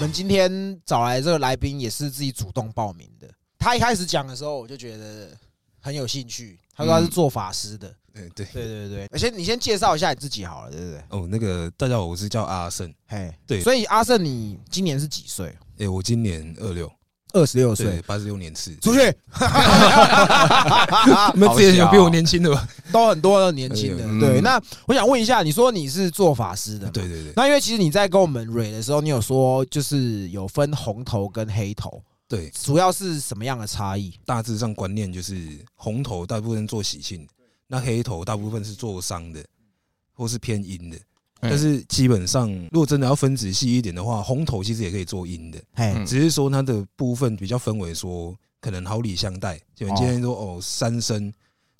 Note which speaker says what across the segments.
Speaker 1: 们今天找来这个来宾也是自己主动报名的。他一开始讲的时候，我就觉得很有兴趣。他说他是做法师的，
Speaker 2: 嗯，对
Speaker 1: 对对对。而且你先介绍一下你自己好了，对不对？
Speaker 2: 哦，那个大家好，我是叫阿胜，
Speaker 1: 嘿，
Speaker 2: 对
Speaker 1: 所以阿胜，你今年是几岁？
Speaker 2: 诶，哎我今年二六，
Speaker 1: 二十六
Speaker 2: 对，。八十六年次，
Speaker 1: 出去，
Speaker 2: 你们之前有比我年轻的吧？
Speaker 1: 都很多年轻的。
Speaker 2: 嗯
Speaker 1: 对，那我想问一下，你说你是做法师的嘛，
Speaker 2: 对对对
Speaker 1: 那因为其实你在跟我们蕊的时候，你有说就是有分红头跟黑头，
Speaker 2: 对，
Speaker 1: 主要是什么样的差异？
Speaker 2: 大致上观念就是红头大部分做喜庆，那黑头大部分是做伤的，或是偏阴的。
Speaker 3: 嗯
Speaker 2: 但是基本上，如果真的要分仔细一点的话，红头其实也可以做阴的，
Speaker 1: 嘿，
Speaker 3: 嗯
Speaker 2: 只是说它的部分比较分为说，可能好礼相待，就你今天说哦三生，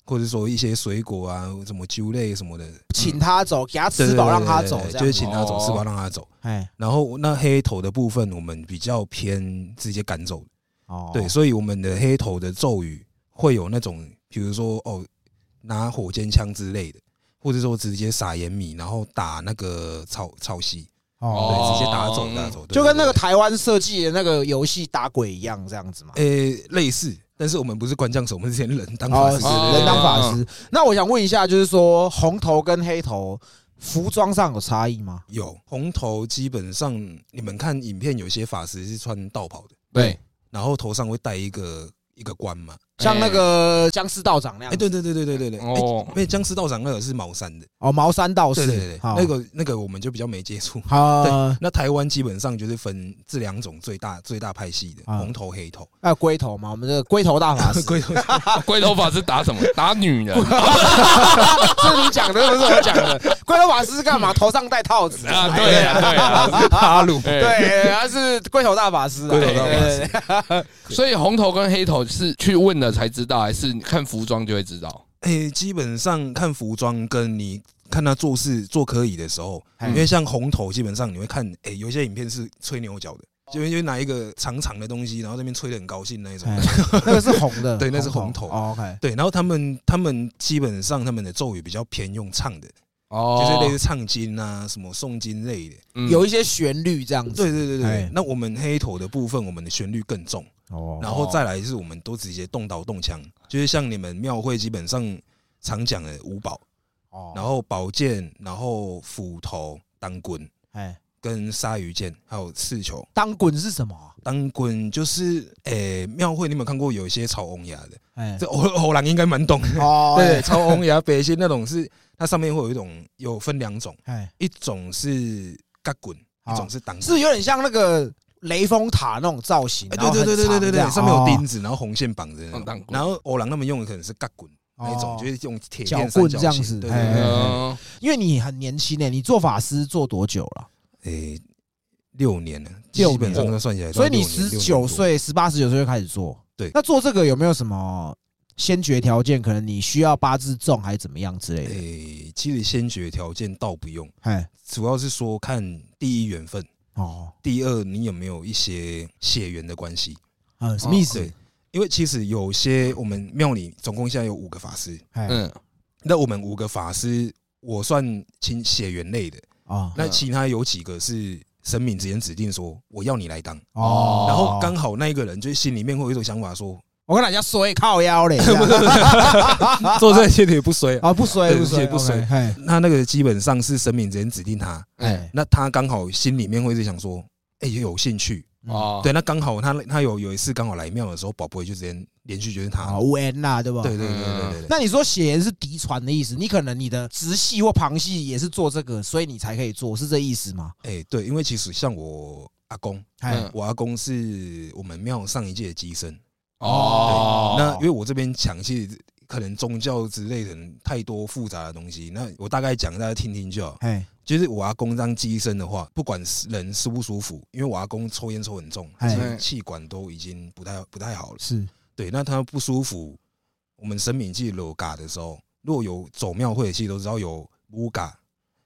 Speaker 2: 或者说一些水果啊，什么酒类什么的，
Speaker 1: 请他走，给他
Speaker 2: 对
Speaker 1: 吃饱让他走
Speaker 2: 对，对
Speaker 1: 这
Speaker 2: 对就
Speaker 1: 样
Speaker 2: 是
Speaker 1: 子。
Speaker 2: 请他走，
Speaker 3: 哦
Speaker 2: 吃饱让他走。
Speaker 1: 哎，
Speaker 2: 然后那黑头的部分，我们比较偏直接赶走，
Speaker 1: 哦，
Speaker 2: 对，所以我们的黑头的咒语会有那种，比如说哦，拿火尖枪之类的，或者说直接撒盐米，然后打那个草草席，对，
Speaker 1: 哦，
Speaker 3: 哦
Speaker 2: 直接打走打走，对
Speaker 1: 就跟那个
Speaker 2: 对对
Speaker 1: 台湾设计的那个游戏打鬼一样，这样子嘛。
Speaker 2: 诶类似，但是我们不是官将手，我们是先人哎当法
Speaker 1: 哦，
Speaker 2: 师
Speaker 1: 是
Speaker 2: 之类的，
Speaker 1: 人当法
Speaker 3: 哦
Speaker 1: 师。那我想问一下，就是说红头跟黑头服装上有差异吗？
Speaker 2: 有红头，基本上你们看影片，有些法师是穿道袍的，
Speaker 3: 对，
Speaker 2: 然后头上会戴一个一个冠嘛，
Speaker 1: 像那个僵尸道长那
Speaker 2: 哎、
Speaker 1: 样子，
Speaker 2: 对对对对对对对，哎、
Speaker 3: 哦
Speaker 2: 因为僵尸道长那个是茅山的，
Speaker 1: 哦，茅山道士
Speaker 2: 对，对对对，
Speaker 1: 好
Speaker 2: 那个那个我们就比较没接触。
Speaker 1: 好，
Speaker 2: 那台湾基本上就是分这两种最大最大派系的，
Speaker 1: 啊
Speaker 2: 红头黑头。
Speaker 1: 那龟头嘛，我们这个龟头大法师，
Speaker 2: 龟头
Speaker 3: 龟头法是打什么？打女人
Speaker 1: 是你讲的，不是我讲的。 龟头法师是干嘛？头上戴套子哎
Speaker 3: 啊？对啊，对啊，
Speaker 2: 哈鲁，
Speaker 3: 对。
Speaker 1: 对，他是龟头大法师啊，
Speaker 2: 龟头大法师
Speaker 1: 对对对
Speaker 3: 所以红头跟黑头是去问了才知道，还是看服装就会知道？
Speaker 2: 哎，基本上看服装跟你看他做事做科仪的时候，
Speaker 1: 嗯
Speaker 2: 因为像红头基本上你会看，哎，有一些影片是吹牛角的，就就拿一个长长的东西，然后在那边吹的很高兴 那一种。
Speaker 1: 哎那个是红的，
Speaker 2: 对那是红头
Speaker 1: 哦 OK，
Speaker 2: 对，然后他们他们基本上他们的咒语比较偏用唱的，
Speaker 3: 哦嗯
Speaker 2: 就是类似唱经啊、什么诵经类的。
Speaker 1: 有一些旋律这样子。
Speaker 2: 对对对
Speaker 1: 哎
Speaker 2: 对，那我们黑头的部分，我们的旋律更重，
Speaker 1: 哦
Speaker 2: 然后再来是我们都直接动刀动枪，就是像你们庙会基本上常讲的五宝，
Speaker 1: 哦
Speaker 2: 然后宝剑，然后斧头、当棍
Speaker 1: 哎，
Speaker 2: 跟鲨鱼剑，还有刺球。
Speaker 1: 当滚是什么啊？
Speaker 2: 当棍就是诶，庙会你有没有看过有一些炒翁牙的？
Speaker 1: 哎，
Speaker 2: 这欧欧郎应该蛮懂，
Speaker 1: 哦
Speaker 2: 对，，炒翁牙北些那种是它上面会有一种有分两种，
Speaker 1: 哎，
Speaker 2: 一种是嘎棍，
Speaker 1: 好
Speaker 2: 一种是当
Speaker 1: 哦
Speaker 2: 棍。
Speaker 1: 是有点像那个雷峰塔那种造型，
Speaker 2: 哎，
Speaker 1: 然后
Speaker 2: 对对对
Speaker 1: 很
Speaker 2: 对
Speaker 1: 长
Speaker 2: 对
Speaker 1: 这
Speaker 2: 对，
Speaker 1: 样
Speaker 2: 上面有，钉
Speaker 1: 哦
Speaker 2: 子，然后红线绑着那
Speaker 3: 哦当
Speaker 2: 种，
Speaker 3: 棍
Speaker 2: 然后欧郎他们用的可能是嘎滚
Speaker 1: 哦
Speaker 2: 那种，就是用铁
Speaker 1: 脚
Speaker 2: 片
Speaker 1: 棍
Speaker 2: 三角
Speaker 1: 这样
Speaker 2: 形
Speaker 1: 子
Speaker 2: 对
Speaker 1: 哎
Speaker 2: 对对，
Speaker 3: 嗯，
Speaker 1: 因为你很年轻诶，你做法师做多久了？
Speaker 2: 诶，六年了，
Speaker 1: 六
Speaker 2: 基本上
Speaker 1: 年
Speaker 2: 都算起来，
Speaker 1: 所以你
Speaker 2: 算六
Speaker 1: 十
Speaker 2: 年
Speaker 1: 九，岁、十八、十九岁就开始做，
Speaker 2: 对
Speaker 1: 那做这个有没有什么先决条件？可能你需要八字重还是怎么样之类
Speaker 2: 六
Speaker 1: 的？
Speaker 2: 年多诶，其实先决条件倒不用，
Speaker 1: 哎，
Speaker 2: 主要是说看第一缘分，
Speaker 1: 哦，
Speaker 2: 第二你有没有一些血缘的关系，
Speaker 1: 嗯，什么意思
Speaker 2: 哦对？，因为其实有些我们庙里总共现在有五个法师，
Speaker 1: 哎，
Speaker 3: 嗯，
Speaker 2: 那我们五个法师我算亲血缘类的，
Speaker 1: 哦
Speaker 2: 那其他有几个是神明直接指定说我要你来当，
Speaker 1: 哦，
Speaker 2: 然后刚好那一个人就心里面会有一种想法说，
Speaker 1: 我跟大家衰靠腰嘞，
Speaker 2: 做这些也不衰啊。
Speaker 1: 啊不衰
Speaker 2: 对
Speaker 1: 不衰
Speaker 2: 不衰
Speaker 1: OK，嘿
Speaker 2: 那那个基本上是神明直接指定他，
Speaker 1: 哎
Speaker 2: 那他刚好心里面会是想说，哎、也有兴趣。
Speaker 1: 嗯
Speaker 3: 哦，
Speaker 1: 哎
Speaker 2: 对，那刚好他他有有一次刚好来庙的时候，宝贝就直接连续就是他
Speaker 1: 啊。无缘呐，对吧？
Speaker 2: 对对对对对对。
Speaker 1: 嗯那你说血缘是嫡传的意思，你可能你的直系或旁系也是做这个，所以你才可以做，是这意思吗？
Speaker 2: 哎、对，因为其实像我阿公，
Speaker 1: 哎
Speaker 3: 嗯，
Speaker 2: 我阿公是我们庙上一届的机身。
Speaker 3: 哦，
Speaker 2: 那因为我这边讲，其实可能宗教之类的太多复杂的东西，那我大概讲大家听听就好。
Speaker 1: 哎
Speaker 2: 就是我阿公当机身的话，不管是人舒不舒服，因为我阿公抽烟抽很重，
Speaker 1: 哎
Speaker 2: 其实气管都已经不太不太好了。
Speaker 1: 是
Speaker 2: 对，那他不舒服，我们神明祭罗嘎的时候，如果有走庙会的戏都知道有乌嘎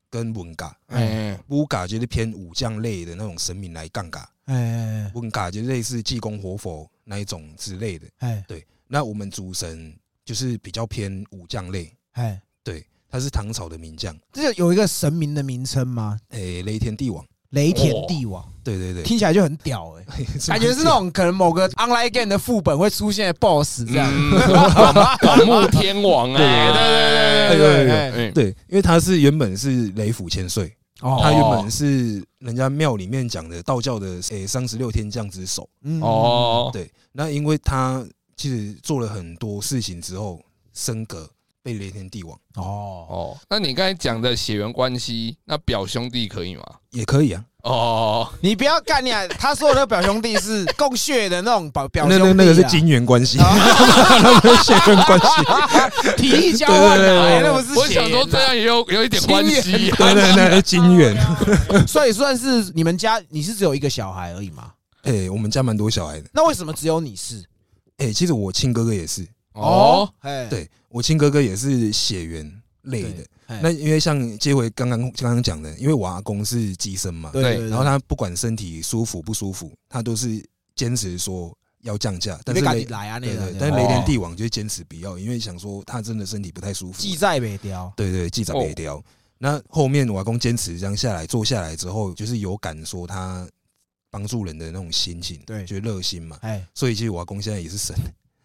Speaker 2: 跟文嘎，
Speaker 3: 哎，
Speaker 2: 乌嘎就是偏武将类的那种神明来杠嘎，
Speaker 1: 哎
Speaker 2: 文嘎就是类似济公活佛那一种之类的。
Speaker 1: 哎
Speaker 2: 对，那我们主神就是比较偏武将类，
Speaker 1: 哎，
Speaker 2: 对，他是唐朝的名将，
Speaker 1: 这有一个神明的名称吗？
Speaker 2: 诶、雷天帝王，
Speaker 1: 雷田帝王，
Speaker 2: 对哦对对，
Speaker 1: 听起来就很屌哎、 感觉是那种可能某个 online game 的副本会出现的 boss 这样。
Speaker 3: 嗯 广木天王啊，对
Speaker 1: 对对对对对，
Speaker 3: 对，
Speaker 2: 对，因为他是原本是雷府千岁，他
Speaker 1: 哦
Speaker 2: 原本是人家庙里面讲的道教的诶三十六天降之首。
Speaker 1: 嗯
Speaker 3: 哦，
Speaker 2: 对，那因为他其实做了很多事情之后，升格被雷天帝王
Speaker 1: 哦，
Speaker 3: 哦，那你刚才讲的血缘关系，那表兄弟可以吗？
Speaker 2: 也可以啊。
Speaker 3: 哦，
Speaker 1: 你不要干你啊！他说的那个表兄弟是共血的那种表表
Speaker 2: 那
Speaker 1: 兄弟、
Speaker 2: 那
Speaker 1: 啊，
Speaker 2: 那个是金元 关系， 那不是血缘关系。
Speaker 1: 体力交换的、啊，那不是血
Speaker 3: 我想说这样也有有一点关系 啊，
Speaker 2: 对对对，金元。
Speaker 1: 所以算是你们家你是只有一个小孩而已嘛？
Speaker 2: 哎，我们家蛮多小孩的。
Speaker 1: 那为什么只有你是？
Speaker 2: 哎，其实我亲哥哥也是，
Speaker 3: 哦，，
Speaker 1: 哎，
Speaker 2: 对我亲哥哥也是血缘类的。
Speaker 1: 嘿，
Speaker 2: 那因为像接回刚刚刚刚讲的，因为我阿公是鸡生嘛，
Speaker 1: 对
Speaker 3: 对
Speaker 1: 对，
Speaker 2: 然后他不管身体舒服不舒服，他都是坚持说要降价，但
Speaker 1: 你
Speaker 2: 是
Speaker 1: 赶
Speaker 2: 雷
Speaker 1: 紧来啊那
Speaker 2: 对
Speaker 1: 个
Speaker 2: 对，，但是雷
Speaker 3: 哦
Speaker 2: 电帝王就坚持不要，因为想说他真的身体不太舒服，
Speaker 1: 记在北雕，
Speaker 2: 对对，记长
Speaker 3: 哦
Speaker 2: 也掉。那后面我阿公坚持这样下来，做下来之后，就是有感说他帮助人的那种心情，
Speaker 1: 对
Speaker 2: 就是热心嘛。
Speaker 1: 哎，
Speaker 2: 所以其实我阿公现在也是神，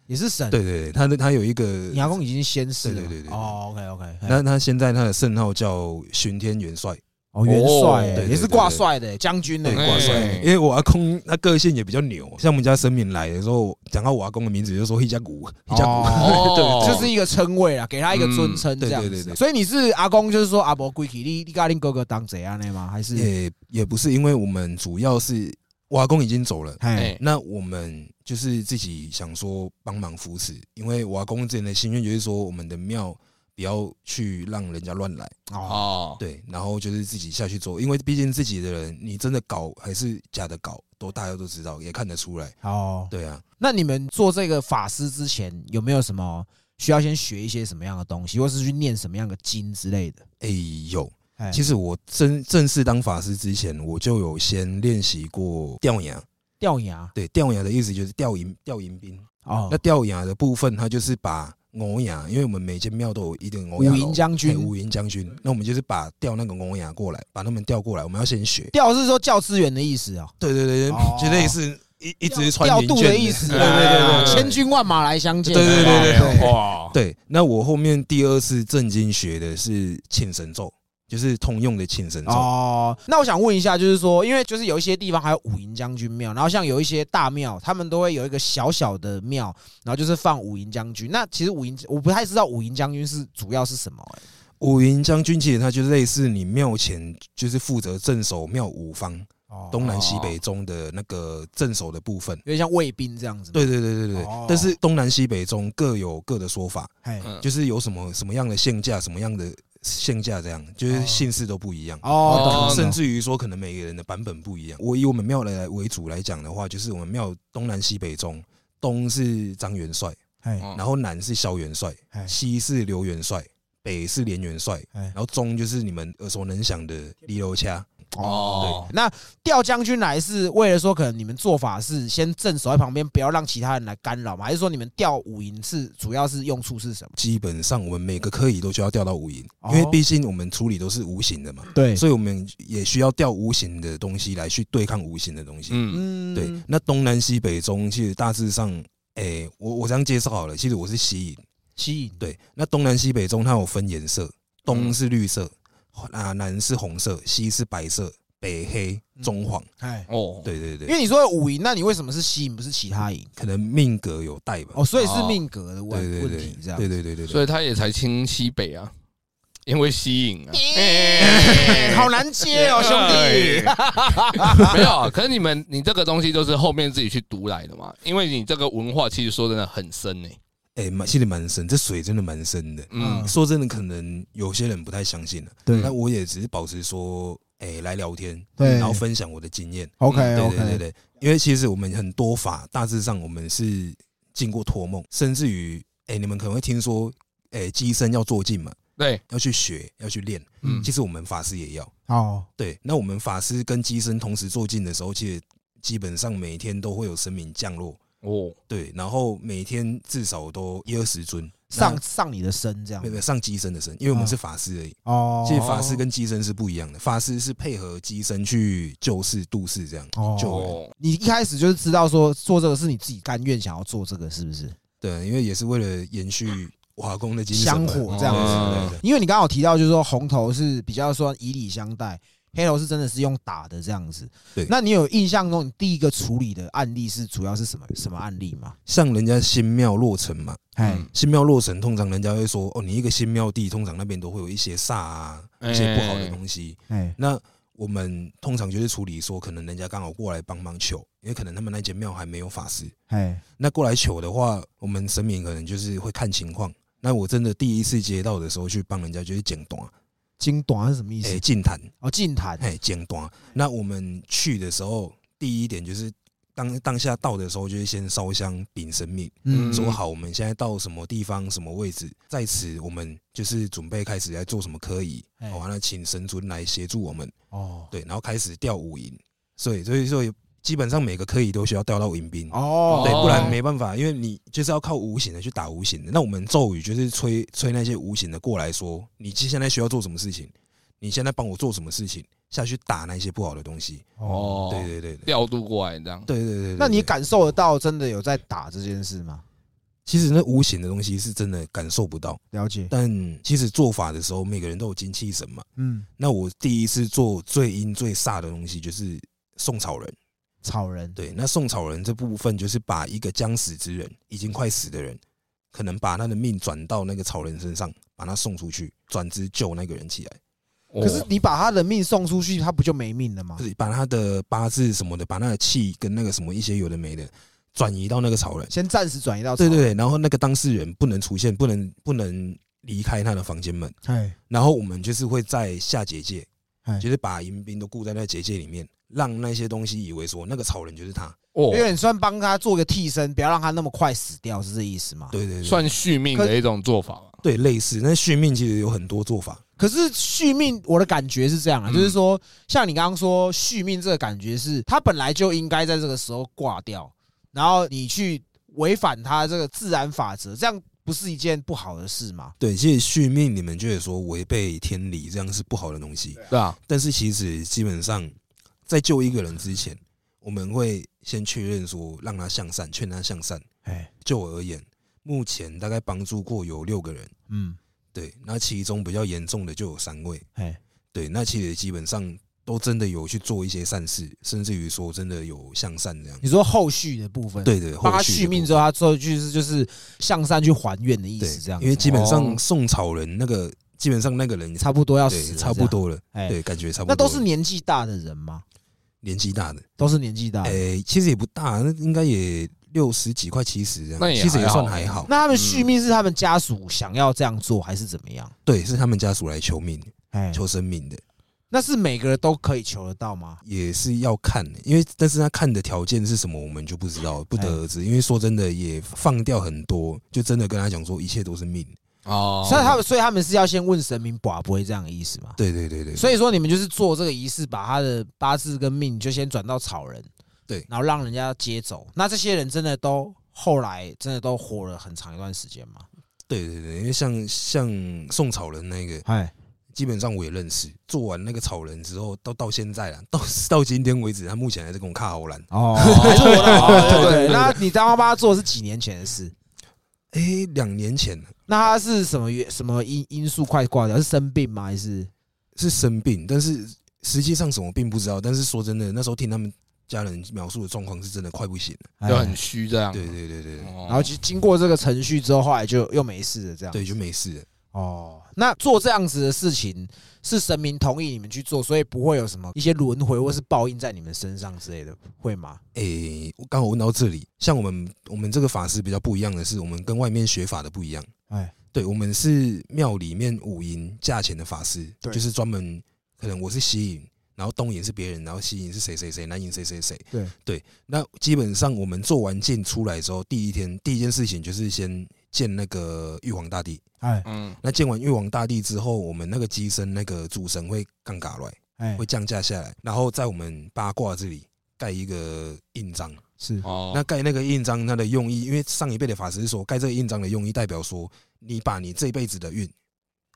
Speaker 1: 也是神，
Speaker 2: 对对对，他的他有一个，
Speaker 1: 你阿公已经先逝了，
Speaker 2: 对对对对对
Speaker 1: 哦，OK OK，
Speaker 2: 那他现在他的圣号叫巡天元帅，
Speaker 1: 哦元帅
Speaker 3: 哦
Speaker 1: 哎
Speaker 2: 对对
Speaker 1: 也是
Speaker 2: 对
Speaker 1: 挂
Speaker 2: 对
Speaker 1: 帅的将军呢，
Speaker 2: 对，
Speaker 3: 哎
Speaker 2: 挂帅。因为我阿公他个性也比较牛，像我们家神明来的时候，讲到我阿公的名字就说一家古，一家古，
Speaker 3: 哦
Speaker 1: 就是一个称谓啊，给他一个尊称这样
Speaker 2: 嗯对对对
Speaker 1: 子。啊
Speaker 2: 对
Speaker 1: 所以你是阿公，就是说阿啊伯贵体，你你跟你哥哥当怎样的吗？还是
Speaker 2: 也也不是，因为我们主要是我阿公已经走了，
Speaker 1: 哎
Speaker 3: 哎
Speaker 2: 那我们就是自己想说帮忙扶持，因为我阿公之前的心愿就是说我们的庙不要去让人家乱来，
Speaker 1: 哦
Speaker 3: 哦，
Speaker 2: 对，然后就是自己下去做，因为毕竟自己的人，你真的搞还是假的搞，都大家都知道，也看得出来，
Speaker 1: 哦，
Speaker 2: 对啊，
Speaker 1: 那你们做这个法师之前有没有什么需要先学一些什么样的东西，或是去念什么样的经之类的？
Speaker 2: 哎、有，
Speaker 1: 哎
Speaker 2: 其实我正正式当法师之前，我就有先练习过吊牙，
Speaker 1: 掉牙
Speaker 2: 对，吊牙的意思就是吊银吊银兵，
Speaker 1: 啊哦
Speaker 2: 那，吊牙的部分，它就是把欧牙，因为我们每间庙都有一定欧
Speaker 1: 五
Speaker 2: 牙
Speaker 1: 营将
Speaker 2: 嘿
Speaker 1: 军
Speaker 2: 五营将军，那我们就是把调那个欧牙过来，把他们调过来，我们要先学。
Speaker 1: 调是说教资源的意思哦，
Speaker 2: 对对对
Speaker 1: 哦
Speaker 2: 对，就类似一一直穿
Speaker 1: 调
Speaker 2: 云
Speaker 1: 度
Speaker 2: 卷
Speaker 1: 的意思，啊
Speaker 2: 对对对对，
Speaker 1: 千军万马来相见，
Speaker 2: 对对对对
Speaker 1: 对，
Speaker 3: 哎哇，
Speaker 2: 对。那我后面第二次正经学的是请神咒，就是通用的请神咒。
Speaker 1: 哦，那我想问一下，就是说，因为就是有一些地方还有五营将军庙，然后像有一些大庙，他们都会有一个小小的庙，然后就是放五营将军。那其实五营，我不太知道五营将军是主要是什么、欸。
Speaker 2: 五营将军其实它就是类似你庙前就是负责镇守庙五方
Speaker 1: 哦
Speaker 2: 东南西北中的那个镇守的部分。
Speaker 1: 有点像卫兵这样子。
Speaker 2: 对，对对对对
Speaker 1: 哦，
Speaker 2: 但是东南西北中各有各的说法，
Speaker 1: 哎，
Speaker 3: 嗯
Speaker 2: 就是有什么什么样的限价，什么样的限价，这样就是姓氏都不一样，
Speaker 1: 哦，懂
Speaker 2: 甚
Speaker 1: 了
Speaker 2: 至于说可能每个人的版本不一样。我以我们庙来为主来讲的话，就是我们庙东南西北中，东是张元帅，
Speaker 3: 嗯
Speaker 1: 哎
Speaker 2: 然后南是萧元帅，
Speaker 1: 哎
Speaker 2: 西是刘元帅，北是连元帅，
Speaker 1: 哎
Speaker 2: 然，后中就是你们耳熟能详的李楼掐。
Speaker 1: 哦，对，那调将军来是为了说，可能你们做法是先镇守在旁边，不要让其他人来干扰嘛？还是说你们调五营是主要是用处是什么？
Speaker 2: 基本上我们每个科仪都需要调到五营，
Speaker 1: 哦
Speaker 2: 因为毕竟我们处理都是无形的嘛，
Speaker 1: 对
Speaker 2: 所以我们也需要调无形的东西来去对抗无形的东西。
Speaker 1: 嗯
Speaker 3: 嗯，
Speaker 2: 对，那东南西北中其实大致上，诶、我我这样介绍好了。其实我是西引，
Speaker 1: 吸引
Speaker 2: 对。那东南西北中它有分颜色，
Speaker 1: 嗯
Speaker 2: 东是绿色，啊南是红色，西是白色，北黑中黄。
Speaker 1: 哎。
Speaker 3: 哦，
Speaker 2: 对对
Speaker 1: 因
Speaker 2: 对，
Speaker 1: 为你说有五营，那你为什么是吸引不是其他营？
Speaker 2: 可能命格有带吧。
Speaker 1: 哦，所以是命格的
Speaker 2: 哦对
Speaker 1: 问
Speaker 2: 对
Speaker 1: 问
Speaker 2: 对
Speaker 1: 题，这样。
Speaker 2: 对对对对
Speaker 3: 所
Speaker 2: 对。
Speaker 3: 以他也才清西北啊，因为吸引啊，
Speaker 1: 耶好难
Speaker 3: 哎
Speaker 1: 接哦，兄 弟。
Speaker 3: 没有啊，可是你们你这个东西就是后面自己去读来的嘛，因为你这个文化其实说真的很深呢、
Speaker 2: 哎，蛮、其实蛮深，这水真的蛮深的。
Speaker 3: 嗯
Speaker 1: 嗯，
Speaker 2: 说真的，可能有些人不太相信了、啊
Speaker 1: 对
Speaker 2: 那我也只是保持说，哎、来聊天，
Speaker 1: 嗯对
Speaker 2: 然后分享我的经验。
Speaker 1: OK
Speaker 2: 对
Speaker 1: OK，
Speaker 2: 对对对，因为其实我们很多法，大致上我们是经过托梦，甚至于，哎、你们可能会听说，哎、机身要做尽嘛，
Speaker 3: 对，
Speaker 2: 要去学，要去练。
Speaker 3: 嗯
Speaker 2: 其实我们法师也要。
Speaker 1: 好，
Speaker 2: 对，那我们法师跟机身同时做尽的时候，其实基本上每天都会有神明降落，
Speaker 3: 哦，
Speaker 2: 对，然后每天至少都一二十尊
Speaker 1: 上嗯上你的身这样
Speaker 2: 没有没有上机身的身，因为我们是法师而已。
Speaker 1: 哦
Speaker 2: 其实法师跟机身是不一样的，法师是配合机身去救世度世这样
Speaker 1: 哦
Speaker 2: 救人。
Speaker 3: 哦，
Speaker 1: 你一开始就是知道说做这个是你自己甘愿想要做这个，是不是？
Speaker 2: 对，因为也是为了延续华工的精神
Speaker 1: 香
Speaker 2: 嘛。
Speaker 1: 火这样哦
Speaker 3: 子
Speaker 2: 嗯对对
Speaker 1: 因为你刚好提到，就是说红头是比较说以礼相待，黑头是真的是用打的这样子。
Speaker 2: 对
Speaker 1: 那你有印象中你第一个处理的案例是主要是什么什么案例吗？
Speaker 2: 像人家新庙落成嘛，
Speaker 1: 哎、
Speaker 3: 嗯
Speaker 2: 新庙落成，通常人家会说，哦，你一个新庙地，通常那边都会有一些煞啊，一些不好的东西。
Speaker 1: 哎，
Speaker 2: 那我们通常就是处理说，可能人家刚好过来帮忙求，因为可能他们那间庙还没有法师。
Speaker 1: 哎，
Speaker 2: 那过来求的话，我们神明可能就是会看情况。那我真的第一次接到的时候，去帮人家就是剪短，
Speaker 1: 金短是什么意思？
Speaker 2: 哎，净坛，
Speaker 1: 哦，净坛。
Speaker 2: 哎，剪短。那我们去的时候，第一点就是当当下到的时候，就是先烧香禀神明，
Speaker 1: 嗯，
Speaker 2: 说好我们现在到什么地方、什么位置，在此我们就是准备开始来做什么科仪。
Speaker 1: 哎
Speaker 2: 好、那请神尊来协助我们，
Speaker 1: 哦，
Speaker 2: 对，然后开始调五营。所以，所以说基本上每个科仪都需要调到迎宾。
Speaker 1: 哦，
Speaker 2: 对，
Speaker 3: 哦
Speaker 2: 不然没办法，因为你就是要靠无形的去打无形的。那我们咒语就是催催那些无形的过来说，你现在需要做什么事情，你现在帮我做什么事情，下去打那些不好的东西。
Speaker 1: 哦。
Speaker 3: 哦，
Speaker 2: 对对对对
Speaker 3: 调度过来这样，
Speaker 2: 对对对对。
Speaker 1: 那你
Speaker 2: 对
Speaker 1: 感受得到真的有在打这件事吗？
Speaker 2: 其实那无形的东西是真的感受不到，
Speaker 1: 了解，
Speaker 2: 但其实做法的时候，每个人都有精气神嘛。
Speaker 1: 嗯，
Speaker 2: 那我第一次做最阴最煞的东西就是送草人。
Speaker 1: 草人，
Speaker 2: 对，那送草人这部分就是把一个将死之人，已经快死的人，可能把他的命转到那个草人身上，把他送出去，转之救那个人起来，
Speaker 3: 哦
Speaker 1: 可是你把他的命送出去，他不就没命了吗
Speaker 2: 就？是把他的八字什么的，把他的气跟那个什么一些有的没的转移到那个草人。
Speaker 1: 先暂时转移到
Speaker 2: 对对，对，然后那个当事人不能出现，不能不能离开他的房间门。
Speaker 1: 哎，
Speaker 2: 然后我们就是会在下结界
Speaker 1: 哎，
Speaker 2: 就是把迎宾都固在那结界里面，让那些东西以为说那个草人就是他。
Speaker 3: 哦
Speaker 1: 有，点算帮他做个替身，不要让他那么快死掉，是这意思吗？。
Speaker 2: 对对对，
Speaker 3: 算续命的一种做法嘛。
Speaker 2: 对类似。那续命其实有很多做法。
Speaker 1: 可是续命，我的感觉是这样啊，
Speaker 3: 嗯
Speaker 1: 就是说，像你刚刚说续命这个感觉是，他本来就应该在这个时候挂掉，然后你去违反他这个自然法则，这样不是一件不好的事吗？
Speaker 2: 对，其实续命你们觉得说违背天理，这样是不好的东西。
Speaker 3: 对啊，
Speaker 2: 但是其实基本上，在救一个人之前，我们会先确认说让他向善，劝他向善。
Speaker 1: 哎，
Speaker 2: 就我而言，目前大概帮助过有六个人，
Speaker 1: 嗯，
Speaker 2: 对，那其中比较严重的就有三位，
Speaker 1: 哎，
Speaker 2: 对，那其实基本上都真的有去做一些善事，甚至于说真的有向善这样。
Speaker 1: 你说后续的部分，，
Speaker 2: 对对，
Speaker 1: 帮他
Speaker 2: 后续
Speaker 1: 续
Speaker 2: 的
Speaker 1: 命
Speaker 2: 部
Speaker 1: 之后，他最后就是就是向善去还愿的意
Speaker 2: 分
Speaker 1: 思，这样
Speaker 2: 对，
Speaker 1: 子，
Speaker 2: 因为基本上
Speaker 3: 哦
Speaker 2: 送草人那个，基本上那个人
Speaker 1: 差不多要
Speaker 2: 对
Speaker 1: 死，
Speaker 2: 差不，多了，
Speaker 1: 哎，
Speaker 2: 对，感觉差不多
Speaker 1: 那
Speaker 2: 了。
Speaker 1: 都是年纪大的人吗？
Speaker 2: 年纪大的，
Speaker 1: 都是年纪大的，
Speaker 2: 哎，其实也不大，那应该也六十几快七十这样，
Speaker 3: 那也
Speaker 2: 其实也
Speaker 3: 还好
Speaker 2: 算还好。
Speaker 1: 那他们续命是他们家属想要这样做，还是怎么样？
Speaker 2: 对，是他们家属来求命、
Speaker 1: 哎，
Speaker 2: 求生命的，
Speaker 1: 那是每个人都可以求得到吗？
Speaker 2: 也是要看的，因为但是他看的条件是什么，我们就不知道，不得而
Speaker 1: 哎
Speaker 2: 知。因为说真的，也放掉很多，就真的跟他讲说，一切都是命。
Speaker 3: 哦，
Speaker 1: 所以他们，所以他们是要先问神明卜不会这样的意思吗？
Speaker 2: 对对对对，
Speaker 1: 所以说你们就是做这个仪式，把他的八字跟命就先转到草人，
Speaker 2: 对
Speaker 1: 然后让人家接走。那这些人真的都后来真的都活了很长一段时间吗？
Speaker 2: 对对对，因为像像送草人那个，
Speaker 1: 哎，
Speaker 2: 基本上我也认识。做完那个草人之后，到到现在了，到到今天为止，他目前还在跟我卡好兰。
Speaker 1: 哦，
Speaker 3: 还是我的好
Speaker 1: 对
Speaker 3: 对
Speaker 1: 对，
Speaker 3: 对对
Speaker 1: 那你当妈妈做的是几年前的事？
Speaker 2: 哎，两年前
Speaker 1: 那他是什么原什么因因素快挂掉？是生病吗？还是
Speaker 2: 是生病，但是实际上什么病不知道。但是说真的，那时候听他们家人描述的状况，是真的快不行了。
Speaker 3: 就
Speaker 1: 哎
Speaker 3: 很虚这样。
Speaker 2: 对对对对对，
Speaker 3: 哦，
Speaker 1: 然后就经过这个程序之后，后来就又没事了，这样。
Speaker 2: 对就没事了。
Speaker 1: 哦，那做这样子的事情是神明同意你们去做，所以不会有什么一些轮回或是报应在你们身上之类的，会吗？
Speaker 2: 诶、我刚好问到这里，像我们我们这个法师比较不一样的是，我们跟外面学法的不一样。
Speaker 1: 哎，
Speaker 2: 对，我们是庙里面五营价钱的法师，
Speaker 1: 对
Speaker 2: 就是专门可能我是西营，然后东营是别人，然后西营是谁谁谁，南营谁谁谁。
Speaker 1: 对
Speaker 2: 对，那基本上我们做完剑出来之后，第一天第一件事情就是先见那个玉皇大帝。
Speaker 1: 哎
Speaker 3: 嗯，
Speaker 2: 那见完玉皇大帝之后，我们那个机身那个主神会杠嘎来，
Speaker 1: 哎
Speaker 2: 会降价下来，然后在我们八卦这里盖一个印章。是。
Speaker 3: 哦，
Speaker 2: 那盖那个印章，它的用意，因为上一辈的法师说，盖这个印章的用意代表说，你把你这一辈子的运，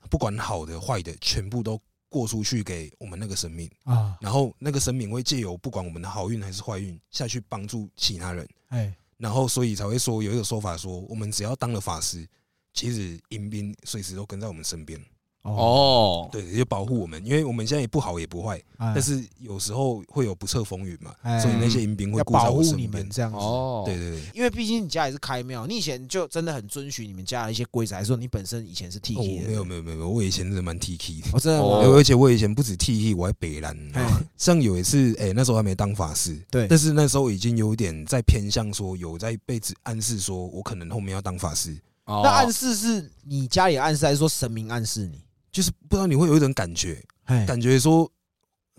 Speaker 2: 不管好的坏的，全部都过出去给我们那个神明，
Speaker 1: 啊，
Speaker 2: 然后那个神明会借由不管我们的好运还是坏运，下去帮助其他人，
Speaker 1: 哎，
Speaker 2: 然后所以才会说有一个说法说，我们只要当了法师，其实迎宾随时都跟在我们身边，
Speaker 1: 哦，
Speaker 3: 哦，
Speaker 2: 对，就保护我们，因为我们现在也不好也不坏，
Speaker 1: 但
Speaker 2: 但是有时候会有不测风云嘛，
Speaker 1: 哎
Speaker 2: 所以那些迎宾会
Speaker 1: 要
Speaker 2: 顾在
Speaker 1: 保
Speaker 2: 我
Speaker 1: 护
Speaker 2: 身
Speaker 1: 你
Speaker 2: 边
Speaker 1: 们。这样子。
Speaker 3: 哦，
Speaker 2: 对对对，
Speaker 1: 因为毕竟你家也是开庙，你以前就真的很遵循你们家的一些规则，还是说你本身以前是 T
Speaker 2: 哦
Speaker 1: K 的？
Speaker 2: 没有没有没有，我以前真的蛮 T K 的。
Speaker 1: 哦，真的
Speaker 3: 哦
Speaker 2: 哎
Speaker 1: 吗？
Speaker 2: 而且我以前不止 T K，我还北兰
Speaker 1: 嘿。
Speaker 2: 像有一次，哎、那时候还没当法师，
Speaker 1: 对
Speaker 2: 但是那时候已经有点在偏向说，有在被指暗示说我可能后面要当法师，
Speaker 3: 哦，
Speaker 1: 那暗示是你家里暗示，还是说神明暗示你？
Speaker 2: 就是不知道你会有一种感觉，
Speaker 1: 哎，
Speaker 2: 感觉说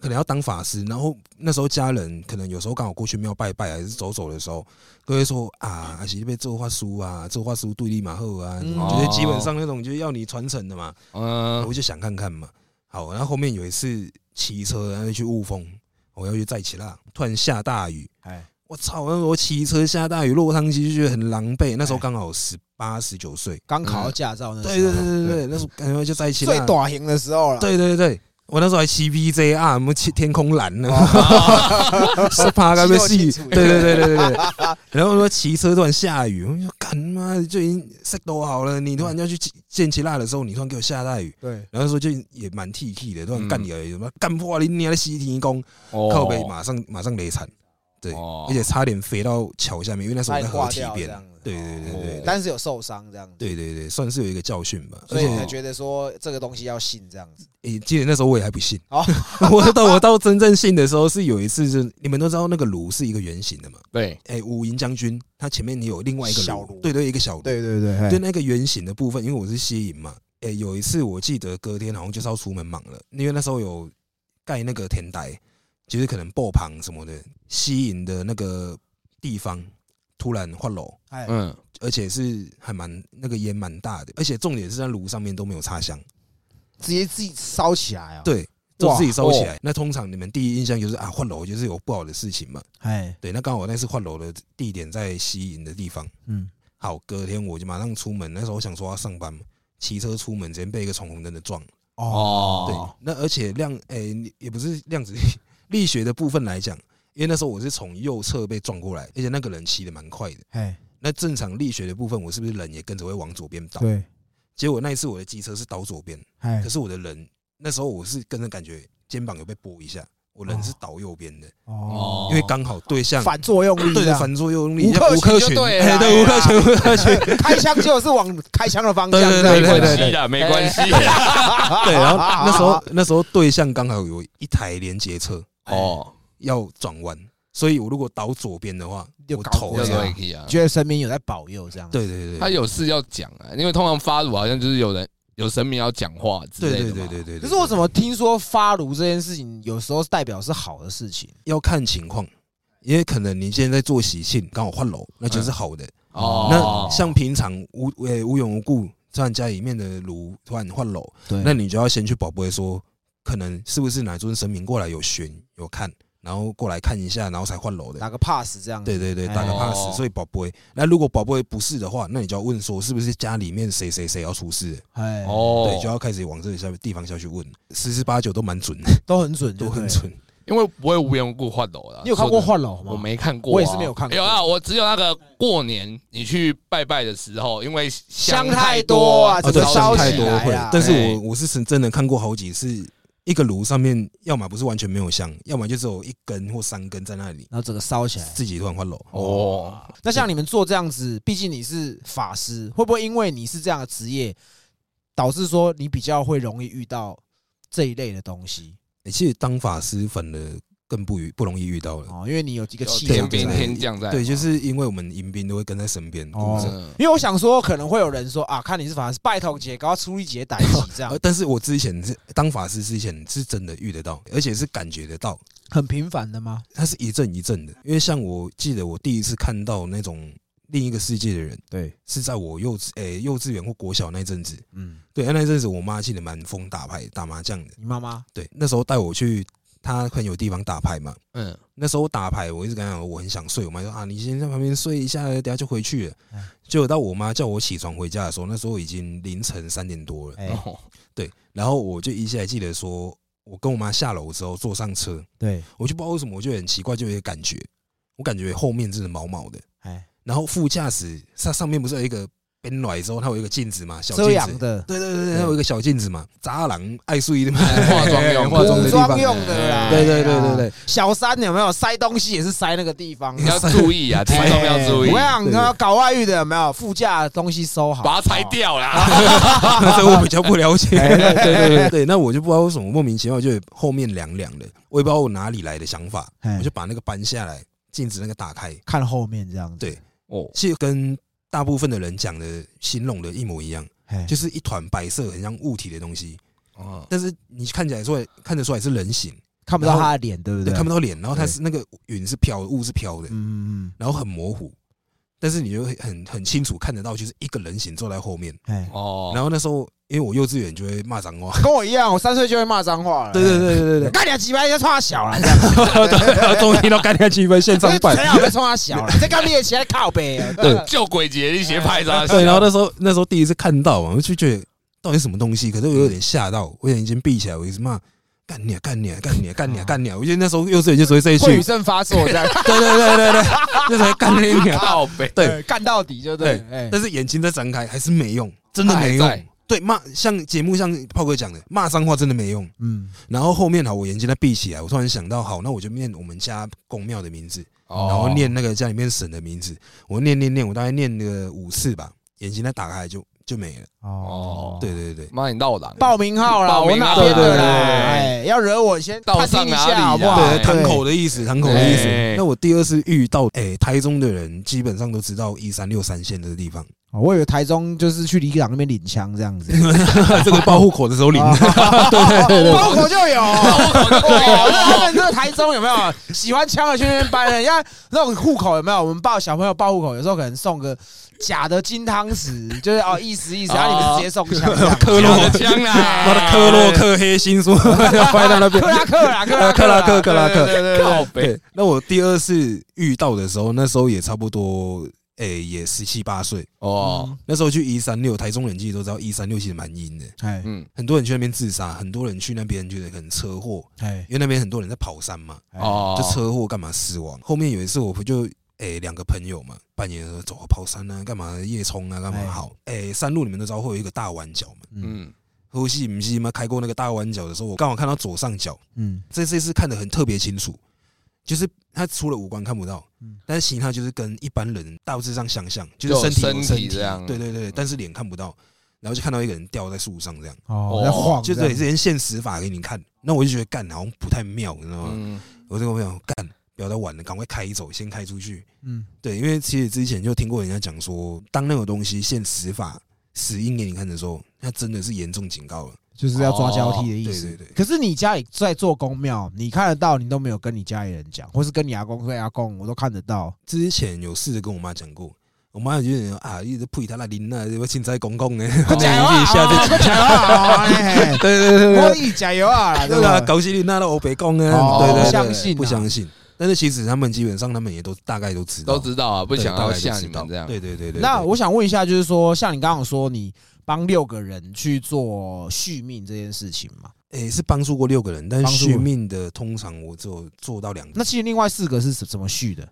Speaker 2: 可能要当法师，然后那时候家人可能有时候刚好过去庙拜啊拜，还是走走的时候，都会说啊，还是被做画书啊，做画书对立马后啊，
Speaker 1: 嗯
Speaker 2: 就是基本上那种就是要你传承的嘛，
Speaker 3: 嗯
Speaker 2: 我就想看看嘛。好，然后后面有一次骑车，然后去雾峰，我要去载起啦，突然下大雨，
Speaker 1: 哎，
Speaker 2: 我操！那时候骑车下大雨落汤鸡，就觉得很狼狈。那时候
Speaker 1: 哎
Speaker 2: 刚好十八十九岁，
Speaker 1: 刚考到驾照那时候
Speaker 2: 对对对对对，那时候感觉就在一起
Speaker 1: 最
Speaker 2: 啦。
Speaker 1: 短型的时候了。
Speaker 2: 对对对，我那时候还骑 VJR，什么骑天空蓝呢？是趴该被
Speaker 1: 记
Speaker 2: 戏
Speaker 1: 得清，楚
Speaker 2: 对对对对对对。然后说骑车突然下雨，我就说干妈就已经 set 都好了，你突然要去见其辣的时候，你突然给我下大雨，
Speaker 1: 对，
Speaker 2: 然后说就也蛮 T T 的，突然
Speaker 3: 嗯
Speaker 2: 干你而已，什么干破你你还西天宫，
Speaker 3: 哦
Speaker 2: 靠背马上马上雷惨，对，
Speaker 3: 哦
Speaker 2: 而且差点飞到桥下面，因为那时候我在河
Speaker 1: 差
Speaker 2: 堤边
Speaker 1: 点挂掉这样子，
Speaker 2: 对对对对对
Speaker 3: 哦
Speaker 1: 但是有受伤这样子，
Speaker 2: 对对对，算是有一个教训吧。而
Speaker 1: 所以
Speaker 2: 且
Speaker 1: 你才觉得说这个东西要信这样子。
Speaker 2: 诶，记得那时候我也还不信，
Speaker 1: 哦
Speaker 2: 我到我到真正信的时候是有一次，是你们都知道那个炉是一个圆形的嘛，
Speaker 3: 对，
Speaker 2: 哎，五营将军他前面你有另外一个
Speaker 1: 小炉
Speaker 2: 对对，一个小炉，
Speaker 1: 对对
Speaker 2: 对，那个圆形的部分，因为我是西营嘛，哎、有一次我记得隔天好像就是要出门忙了，因为那时候有盖那个田台，就是可能爆棚什么的，西营的那个地方突然换楼，
Speaker 1: 哎，
Speaker 3: 嗯，
Speaker 2: 而且是还蛮那个烟蛮大的，而且重点是在炉上面都没有插香，
Speaker 1: 直接自己烧起来啊。，
Speaker 2: 对，就
Speaker 1: 哇哦
Speaker 2: 自己烧起来。那通常你们第一印象就是啊换楼就是有不好的事情嘛，
Speaker 1: 哎，
Speaker 2: 对，那刚好那次换楼的地点在西营的地方。
Speaker 1: 嗯，
Speaker 2: 好，隔天我就马上出门。那时候我想说要上班嘛，骑车出门，直接被一个闯红灯的撞。
Speaker 3: 哦
Speaker 2: 对，，那而且量，诶、你也不是量子力 力学的部分来讲，因为那时候我是从右侧被撞过来，而且那个人骑的蛮快的。
Speaker 1: 哎，
Speaker 2: 那正常力学的部分，我是不是人也跟着会往左边倒？
Speaker 1: 对，
Speaker 2: 结果那一次我的机车是倒左边，
Speaker 1: 哎
Speaker 2: 可，是我的人那时候我是跟着感觉肩膀有被拨一下，我人是倒右边的，
Speaker 1: 哦，
Speaker 2: 因为刚好对向
Speaker 1: 反啊作用力
Speaker 2: 对
Speaker 1: 这
Speaker 2: 的
Speaker 1: 样，
Speaker 2: 反作用力，
Speaker 1: 吴克
Speaker 2: 吴克
Speaker 3: 群
Speaker 2: 群
Speaker 3: 就对了
Speaker 2: 哎对吴克群，吴克群，
Speaker 1: 开枪就是往开枪的方向这
Speaker 2: 对
Speaker 1: 样
Speaker 3: 没
Speaker 1: 子。啊
Speaker 2: 对对
Speaker 3: 关系啦，没关系，
Speaker 2: 对，然后那时候那时候对向刚好有一台连接车
Speaker 3: 哦，
Speaker 2: 要转弯，所以我如果倒左边的话，
Speaker 1: 就
Speaker 2: 我
Speaker 1: 搞
Speaker 2: 头
Speaker 1: 不
Speaker 3: 要
Speaker 1: 了
Speaker 2: 这
Speaker 3: 说
Speaker 2: 样
Speaker 3: 也可以啊，
Speaker 1: 觉得身边有在保佑这样。，
Speaker 2: 对对对
Speaker 3: 他
Speaker 2: 对，
Speaker 3: 有事要讲啊，因为通常发乳好像就是有人有神明要讲话之
Speaker 2: 对
Speaker 3: 类
Speaker 2: 对
Speaker 3: 的
Speaker 2: 对
Speaker 3: 嘛，
Speaker 2: 对对。
Speaker 1: 可是我怎么听说发炉这件事情，有时候代表是好的事情
Speaker 2: 要看情况？因为可能你现在在做喜庆，刚好换楼，那就是好的。
Speaker 3: 哦，
Speaker 2: 那像平常无呃无缘无故，突然家里面的炉突然换楼，
Speaker 1: 对
Speaker 2: 那你就要先去保不会说，可能是不是哪尊神明过来有巡有看，然后过来看一下，然后才换楼的。
Speaker 1: 打个 pass 这样子。
Speaker 2: 对对对，
Speaker 1: 哎
Speaker 2: 打个
Speaker 3: 哦
Speaker 2: pass，所以宝贝。那如果宝贝不是的话，那你就要问说是不是家里面谁谁谁要出事，
Speaker 1: 哎，
Speaker 3: 哦，
Speaker 2: 对，就要开始往这个下地方下去问，十之八九都蛮 准的，
Speaker 1: 都很准，
Speaker 2: 都很
Speaker 1: 对。
Speaker 2: 准。
Speaker 3: 因为不会无缘无故换楼了。
Speaker 1: 你有看过
Speaker 3: 说
Speaker 1: 换楼
Speaker 3: 真
Speaker 1: 吗？
Speaker 3: 的？我没看过啊、
Speaker 1: 我也是没有看过
Speaker 3: 有啊，我只有那个过年你去拜拜的时候，因为香
Speaker 1: 香太
Speaker 3: 多
Speaker 1: 多啊
Speaker 2: 哦，
Speaker 1: 整
Speaker 2: 对
Speaker 1: 个，
Speaker 2: 想
Speaker 1: 烧
Speaker 2: 太
Speaker 1: 起
Speaker 2: 多
Speaker 1: 来
Speaker 2: 会
Speaker 1: 啊。。
Speaker 2: 但是
Speaker 3: 哎
Speaker 2: 我我是真真的看过好几次，一个炉上面要么不是完全没有香，要么就只有一根或三根在那里，
Speaker 1: 然后整个烧起来。
Speaker 2: 自己突然换楼。
Speaker 3: 哦，
Speaker 1: 那像你们做这样子，毕竟你是法师，会不会因为你是这样的职业，导致说你比较会容易遇到这一类的东西
Speaker 2: 欸其实当法师反而更不遇不容易遇到了，
Speaker 1: 哦？因为你有一个
Speaker 3: 有
Speaker 1: 气
Speaker 3: 天
Speaker 1: 场
Speaker 3: 兵
Speaker 1: 在。
Speaker 3: 天将在嘛，
Speaker 2: 对，就是因为我们迎宾都会跟在身边，
Speaker 1: 哦
Speaker 2: 就是
Speaker 3: 嗯
Speaker 1: 因为我想说，可能会有人说啊，看你是法师，拜托姐，搞到出一节歹气这样
Speaker 2: 呃，但是我之前是当法师之前是真的遇得到，而且是感觉得到，
Speaker 1: 很频繁的吗？
Speaker 2: 它是一阵一阵的。因为像我记得我第一次看到那种另一个世界的人，
Speaker 1: 对，
Speaker 2: 是在我幼稚诶、幼稚园或国小那阵子。啊
Speaker 1: 嗯，
Speaker 2: 对，那阵子我妈记得蛮疯打牌打麻将的。
Speaker 1: 你妈妈
Speaker 2: 对，那时候带我去他很有地方打牌嘛。
Speaker 3: 嗯，
Speaker 2: 那时候我打牌，我一直跟他讲我很想睡，我妈说啊，你先在旁边睡一下，等下就回去了
Speaker 1: 嗯。
Speaker 2: 结果到我妈叫我起床回家的时候，那时候已经凌晨三点多了。
Speaker 1: 哎、
Speaker 3: 哦
Speaker 2: 对，然后我就依稀还记得说，我跟我妈下楼之后坐上车，
Speaker 1: 对，
Speaker 2: 我就不知道为什么，我就很奇怪，就有点感觉，我感觉后面真的毛毛的。
Speaker 1: 哎，
Speaker 2: 然后副驾驶上上面不是有一个边来之后，它有一个镜子嘛，小
Speaker 1: 遮
Speaker 2: 镜
Speaker 1: 阳
Speaker 2: 子。
Speaker 1: 的，
Speaker 2: 对对对对，它有一个小镜子嘛，渣郎爱睡的嘛，
Speaker 3: 化妆用
Speaker 2: 化妆
Speaker 1: 补
Speaker 2: 的地
Speaker 1: 妆
Speaker 2: 方。
Speaker 1: 用的啦。
Speaker 2: 对对对
Speaker 1: 哎呀
Speaker 2: 对对，
Speaker 1: 小三有没有塞东西也是塞那个地方？
Speaker 3: 要注意啊，听众要注意
Speaker 1: 哎我，想
Speaker 2: 对
Speaker 1: 要搞外遇的有没有？副驾的东西收好，
Speaker 3: 把它拆掉啦。
Speaker 2: 那这我比较不了解。
Speaker 1: 哎
Speaker 2: 对对 对对，那我就不知道为什么莫名其妙就后面凉凉的，我也不知道我哪里来的想法，
Speaker 1: 哎。
Speaker 2: 我就把那个搬下来，镜子那个打开，
Speaker 1: 看后面这样子。
Speaker 2: 对
Speaker 3: 哦，
Speaker 2: 其实跟大部分的人讲的形容的一模一样，
Speaker 1: 哎，
Speaker 2: 就是一团白色很像物体的东西，
Speaker 3: 嗯
Speaker 2: 但是你看起来出来看得出来是人形，
Speaker 1: 看不到他的脸，对不
Speaker 2: 对，
Speaker 1: 对？
Speaker 2: 看不到脸，然后它是那个云是飘的，雾是飘的，
Speaker 1: 嗯，嗯
Speaker 2: 然后很模糊，但是你就会很很清楚看得到，就是一个人形坐在后面。
Speaker 1: 嗯，哎，
Speaker 3: 哦，
Speaker 2: 然后那时候因为我幼稚园就会骂脏话，
Speaker 1: 跟我一样，我三岁就会骂脏话了。
Speaker 2: 对对对对对
Speaker 1: 干你啊几百就冲他小 了，
Speaker 2: 对，终于听到干掉气氛现场版。
Speaker 1: 谁好被冲他小了？这刚列起来靠背 啊，
Speaker 2: 对
Speaker 3: 就鬼节一些拍照，
Speaker 2: 对，然后那时候那时候第一次看到嘛，我就觉得到底什么东西，可是我有点吓到，我眼睛闭起来，我一直骂干你啊干你啊干你啊干你啊干你啊！我觉得那时候幼稚园就只会这一句
Speaker 1: 会，语症发作这样，
Speaker 2: 对对对对对，那时候干你啊！
Speaker 3: 靠背，
Speaker 2: 对，
Speaker 1: 干到底就对了。哎，
Speaker 2: 但是眼睛再张开还是没用，真的没
Speaker 3: 还在
Speaker 2: 用。对，骂像节目像炮哥讲的，骂脏话真的没用。
Speaker 1: 嗯，
Speaker 2: 然后后面好，我眼睛在闭起来，我突然想到，好，那我就念我们家公庙的名字，
Speaker 3: 然
Speaker 2: 然后念那个家里面神的名字，我念念念，我大概念个五次吧，眼睛再打开就就没了。
Speaker 1: 哦，
Speaker 2: 对对对，
Speaker 3: 妈你闹狼，
Speaker 1: 报名号啦，
Speaker 3: 报
Speaker 1: 我
Speaker 3: 名
Speaker 1: 哪
Speaker 3: 号
Speaker 1: 边的啦？
Speaker 3: 对对对
Speaker 1: 哎，要惹我先
Speaker 3: 道
Speaker 1: 探听
Speaker 3: 上
Speaker 1: 一
Speaker 3: 哪里
Speaker 1: 下
Speaker 3: 啊
Speaker 1: 好不好？
Speaker 3: 对
Speaker 2: 对，堂口的意思，堂口的意思
Speaker 3: 哎。
Speaker 2: 那我第二次遇到，哎，台中的人基本上都知道一三六三线这个地方，
Speaker 1: 哦我以为台中就是去里港那边领枪这样子，哦
Speaker 2: 这个报户口的时候领 的。
Speaker 1: 包口就有。哦，那他们这个台中有没有喜欢枪的去那边搬人家那种户口有没有？我们报小朋友报户口，有时候可能送个假的金汤匙，就是哦意思意思，
Speaker 3: 哦
Speaker 1: 然后你们直接送枪 这样。
Speaker 2: 科
Speaker 3: 落
Speaker 2: 洛
Speaker 3: 枪啦，
Speaker 2: 妈的科
Speaker 3: 哎
Speaker 2: 洛克黑心说 要歪到那边
Speaker 1: 克。拉克啦，克拉
Speaker 2: 呃克拉
Speaker 1: 啊
Speaker 2: 克，克拉克，
Speaker 3: 对 对对靠背
Speaker 2: 对，那我第二次遇到的时候，那时候也差不多，诶、也十七八岁。
Speaker 3: 哦，
Speaker 2: 那时候去一三六，台中人其实都知道一三六其实蛮阴的，
Speaker 1: 哎
Speaker 3: 嗯
Speaker 2: 很多人去那边自杀，很多人去那边就是可能车祸，
Speaker 1: 哎
Speaker 2: 因为那边很多人在跑山嘛，
Speaker 3: 哦，
Speaker 2: 就车祸干嘛死亡。后面有一次我不就。诶两个朋友嘛，半夜的时候走啊跑山啊，干嘛夜冲啊，干嘛
Speaker 1: 哎
Speaker 2: 好？诶山路你们都知道会有一个大弯角嘛，
Speaker 3: 嗯
Speaker 2: 呼吸不吸嘛，开过那个大弯角的时候，我刚好看到左上角，
Speaker 1: 嗯
Speaker 2: 这这次看得很特别清楚，就是他除了五官看不到，
Speaker 1: 嗯
Speaker 2: 但是形态就是跟一般人大致上相像，就
Speaker 3: 就
Speaker 2: 身
Speaker 3: 是
Speaker 2: 体
Speaker 3: 身
Speaker 2: 有
Speaker 3: 体
Speaker 2: 身体
Speaker 3: 这样
Speaker 2: 对对对，但是脸看不到，然后就看到一个人吊在树上这样，
Speaker 1: 哦
Speaker 3: 哦，
Speaker 1: 在晃
Speaker 2: 就
Speaker 1: 这样
Speaker 2: 对，这些现实法给你看，那我就觉得干好像不太妙，你知道吗？
Speaker 3: 嗯，
Speaker 2: 我就跟我朋友干，不要再玩了，赶快开走，先开出去。
Speaker 1: 嗯
Speaker 2: 对，因为其实之前就听过人家讲说，当那个东西现实法死硬给你看的时候，那真的是严重警告了。
Speaker 1: 就是要抓交替的意
Speaker 2: 对
Speaker 1: 思
Speaker 2: 哦对。对，
Speaker 1: 可是你家里在做公庙，你看得到，你都没有跟你家里人讲，或是跟你阿公跟阿公，我都看得到。
Speaker 2: 之前有试着跟我妈讲过，我妈就觉得啊，一直呸他那林啊，要凊彩公公呢，
Speaker 1: 我加油啊！我加油啊！ 嘿嘿
Speaker 2: 对对对
Speaker 1: 我
Speaker 2: 对，
Speaker 1: 一加油啊！啦
Speaker 2: 对吧？搞西林那的欧北公呢，
Speaker 1: 哦
Speaker 2: 对对对，
Speaker 1: 不相信啊
Speaker 2: 不相信。但是其实他们基本上他们也都大概都知道，
Speaker 3: 都知道啊，不
Speaker 2: 对
Speaker 3: 想
Speaker 2: 大
Speaker 3: 要
Speaker 2: 概都
Speaker 3: 像
Speaker 2: 知
Speaker 3: 你
Speaker 2: 道
Speaker 3: 们这样，
Speaker 2: 对对对对。
Speaker 1: 那
Speaker 2: 对
Speaker 1: 我想问一下，就是说，像你刚刚说，你帮六个人去做续命这件事情嘛？
Speaker 2: 诶是帮助过六个人，但是
Speaker 1: 帮助
Speaker 2: 续命的通常我只有做到两个，
Speaker 1: 那其实另外四个是怎怎么续的？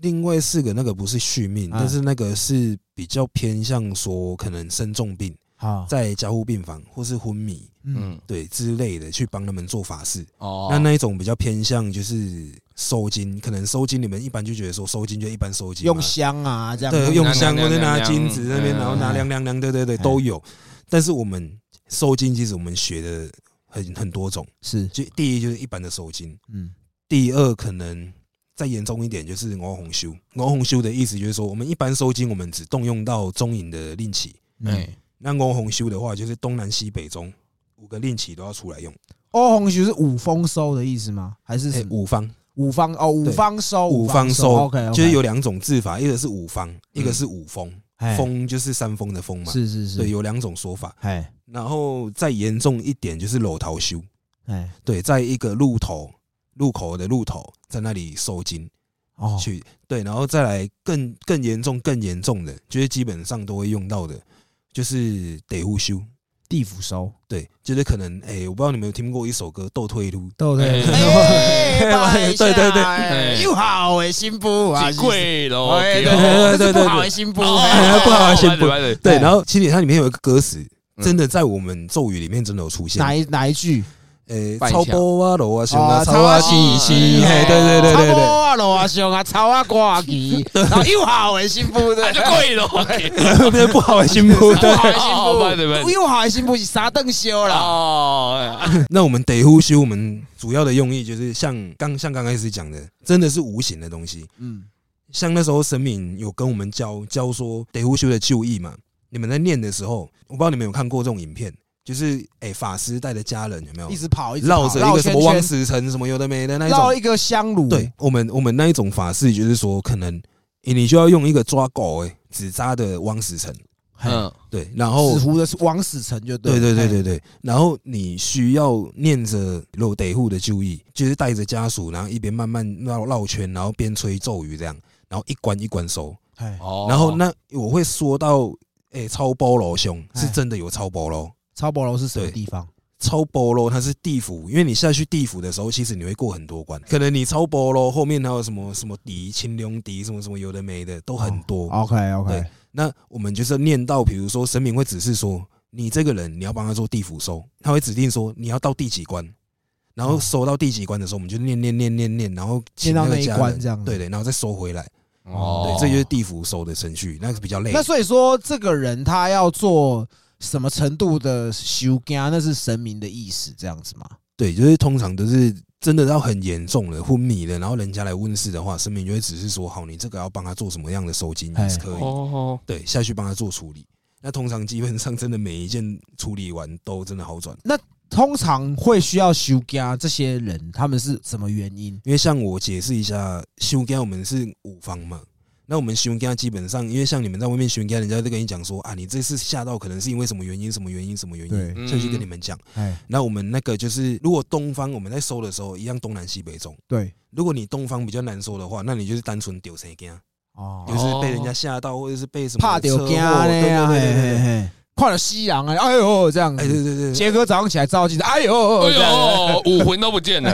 Speaker 2: 另外四个那个不是续命，
Speaker 1: 啊
Speaker 2: 但是那个是比较偏向说可能生重病，
Speaker 1: 好，
Speaker 2: 在加护病房或是昏迷
Speaker 1: 嗯，
Speaker 3: 嗯
Speaker 2: 对之类的去帮他们做法事。
Speaker 3: 哦，
Speaker 2: 那那一种比较偏向就是收金，可能收金你们一般就觉得说收金就一般收金嘛，
Speaker 1: 用香啊这样子，
Speaker 2: 对用香或者
Speaker 3: 拿
Speaker 2: 拿
Speaker 3: 量
Speaker 2: 金子那边，
Speaker 3: 嗯
Speaker 2: 然后拿凉凉凉，对对对
Speaker 1: 嗯
Speaker 2: 都有。但是我们收金其实我们学的很很多种，
Speaker 1: 是，
Speaker 2: 就第一就是一般的收金，
Speaker 1: 嗯，
Speaker 2: 第二可能再严重一点就是熬红修。熬红修的意思就是说，我们一般收金我们只动用到中影的令旗，
Speaker 1: 哎，
Speaker 3: 哎，
Speaker 2: 那熬红修的话就是东南西北中五个令旗都要出来用，
Speaker 1: 欧红球是五丰收的意思吗？还是
Speaker 2: 哎
Speaker 1: 什么
Speaker 2: 五方。
Speaker 1: 五方哦，五
Speaker 2: 对
Speaker 1: 方收，
Speaker 2: 五方收
Speaker 1: ，OK，
Speaker 2: 就是有两种字法，一个是五方，一个是五峰。
Speaker 1: 风，
Speaker 2: 峰嗯就是山峰的峰嘛，
Speaker 1: 是是
Speaker 2: 对，
Speaker 1: 是，
Speaker 2: 有两种说法。
Speaker 1: 哎
Speaker 2: 然后再严重一点就是楼桃修，
Speaker 1: 哎
Speaker 2: 对，在一个路头路口的路头，在那里受精
Speaker 1: 哦，
Speaker 2: 去对，然后再来更更严重、更严重的，就是基本上都会用到的，就是得呼修。
Speaker 1: 地府收
Speaker 2: 对，就是可能哎、我不知道你们有听过一首歌《斗退路》，
Speaker 1: 对不对？
Speaker 3: 哎
Speaker 1: 哎拜一下
Speaker 2: 对对对
Speaker 1: 哎
Speaker 3: 哎
Speaker 1: 又好哎，新妇啊，
Speaker 3: 几贵喽，
Speaker 1: 哎，
Speaker 3: 对
Speaker 1: 对
Speaker 2: 哦
Speaker 1: 对对对，
Speaker 2: 对
Speaker 1: 不好
Speaker 2: 对
Speaker 1: 哎，新妇，
Speaker 2: 哎不好意思不
Speaker 3: 意思，
Speaker 2: 对，
Speaker 1: 对
Speaker 2: 然后其实它里面有一个歌词，
Speaker 3: 嗯
Speaker 2: 真的在我们咒语里面真的有出现
Speaker 1: 哪。一哪一句？
Speaker 2: 诶，
Speaker 3: 拜一下
Speaker 2: 超波啊楼啊熊
Speaker 1: 哦
Speaker 2: 啊超啊 西西，
Speaker 3: 超啊
Speaker 2: 嘿，对对对对
Speaker 1: 草
Speaker 2: 对，
Speaker 1: 啊，罗啊兄啊，草啊瓜啊鸡，然后又好哎，新妇对
Speaker 3: 那就。贵喽。
Speaker 2: 特别不好的心腹。
Speaker 1: 不
Speaker 2: 对，
Speaker 1: 好的
Speaker 3: 哦不好意思不好
Speaker 1: 新妇，
Speaker 3: 意思
Speaker 1: 又好的新妇是啥邓修啦？
Speaker 3: 哦，哎
Speaker 2: 那我们得呼吸，我们主要的用意就是像刚像刚开始讲的，真的是无形的东西。
Speaker 1: 嗯，
Speaker 2: 像那时候神明有跟我们教教说得呼修的旧意嘛，你们在念的时候，我不知道你们有看过这种影片，就是诶，法师带着家人有没有
Speaker 1: 一直跑，一直
Speaker 2: 绕
Speaker 1: 跑
Speaker 2: 着一个什么汪
Speaker 1: 圈圈
Speaker 2: 死城什么有的没的那一种
Speaker 1: 绕一个香炉，
Speaker 2: 对，我们我们那一种法式，就是说，可能、诶你就要用一个抓狗诶、纸扎的汪石城，
Speaker 3: 嗯，
Speaker 2: 对，然
Speaker 1: 纸
Speaker 2: 后
Speaker 1: 糊的王死城就
Speaker 2: 对
Speaker 1: 了
Speaker 2: 哦对对对对，然后你需要念着漏得户的旧意，就是带着家属，然后一边慢慢绕绕圈，然后边吹咒语这样，然后一关一关收，
Speaker 1: 哎，哎
Speaker 3: 哦
Speaker 2: 然后那我会说到诶、超波罗兄
Speaker 1: 哎
Speaker 2: 是真的有超波罗。
Speaker 1: 超薄楼是什么
Speaker 2: 对
Speaker 1: 地方？
Speaker 2: 超波罗，它是地府，因为你下去地府的时候，其实你会过很多关，可能你超波罗后面还有什么什么敌、青龙敌什么什么有的没的都很多。
Speaker 1: OK OK，
Speaker 2: 对那我们就是念到，比如说神明会指示说，你这个人你要帮他做地府收，他会指定说你要到第几关，然后
Speaker 1: 哦
Speaker 2: 收到第几关的时候，我们就念念念念念，然后
Speaker 1: 念到那
Speaker 2: 请个
Speaker 1: 一
Speaker 2: 家
Speaker 1: 关
Speaker 2: 人
Speaker 1: 这样子
Speaker 2: 对对，然后再收回来，
Speaker 3: 哦
Speaker 2: 对，，这就是地府收的程序，那个比较累
Speaker 1: 那。所以说这个人他要做什么程度的修家，那是神明的意思，这样子嘛？
Speaker 2: 对，就是通常都是真的到很严重了，昏迷了，然后人家来问事的话，神明就会只是说，好，你这个要帮他做什么样的收金
Speaker 1: 哎
Speaker 2: 也是可以，
Speaker 3: 哦，
Speaker 2: 对，下去帮他做处理。那通常基本上真的每一件处理完都真的好转。
Speaker 1: 通常会需要修家这些人，他们是什么原因？
Speaker 2: 因为像我解释一下，修干我们是五方嘛，那我们修干基本上，因为像你们在外面修干，人家就跟你讲说啊，你这次吓到可能是因为什么原因、什么原因、什么原
Speaker 1: 对
Speaker 2: 因，下去跟你们讲。
Speaker 1: 哎，
Speaker 2: 那我们那个就是，如果东方我们在收的时候一样东南西北中，
Speaker 1: 对，
Speaker 2: 如果你东方比较难收的话，那你就是单纯丢谁干，
Speaker 1: 哦
Speaker 2: 就是被人家吓到，或者是被什么
Speaker 1: 怕
Speaker 2: 车
Speaker 1: 丢
Speaker 2: 祸，对
Speaker 1: 家
Speaker 2: 对
Speaker 1: 呢
Speaker 2: 对
Speaker 1: 啊，
Speaker 2: 对对
Speaker 1: 嘿
Speaker 2: 对
Speaker 1: 嘿嘿看了西洋啊，哎呦这样
Speaker 2: 哎对
Speaker 1: 子。
Speaker 2: 对对对，
Speaker 1: 杰哥早上起来照镜子，哎呦，
Speaker 3: 哎
Speaker 1: 这样子
Speaker 3: 呦，武魂都不见了，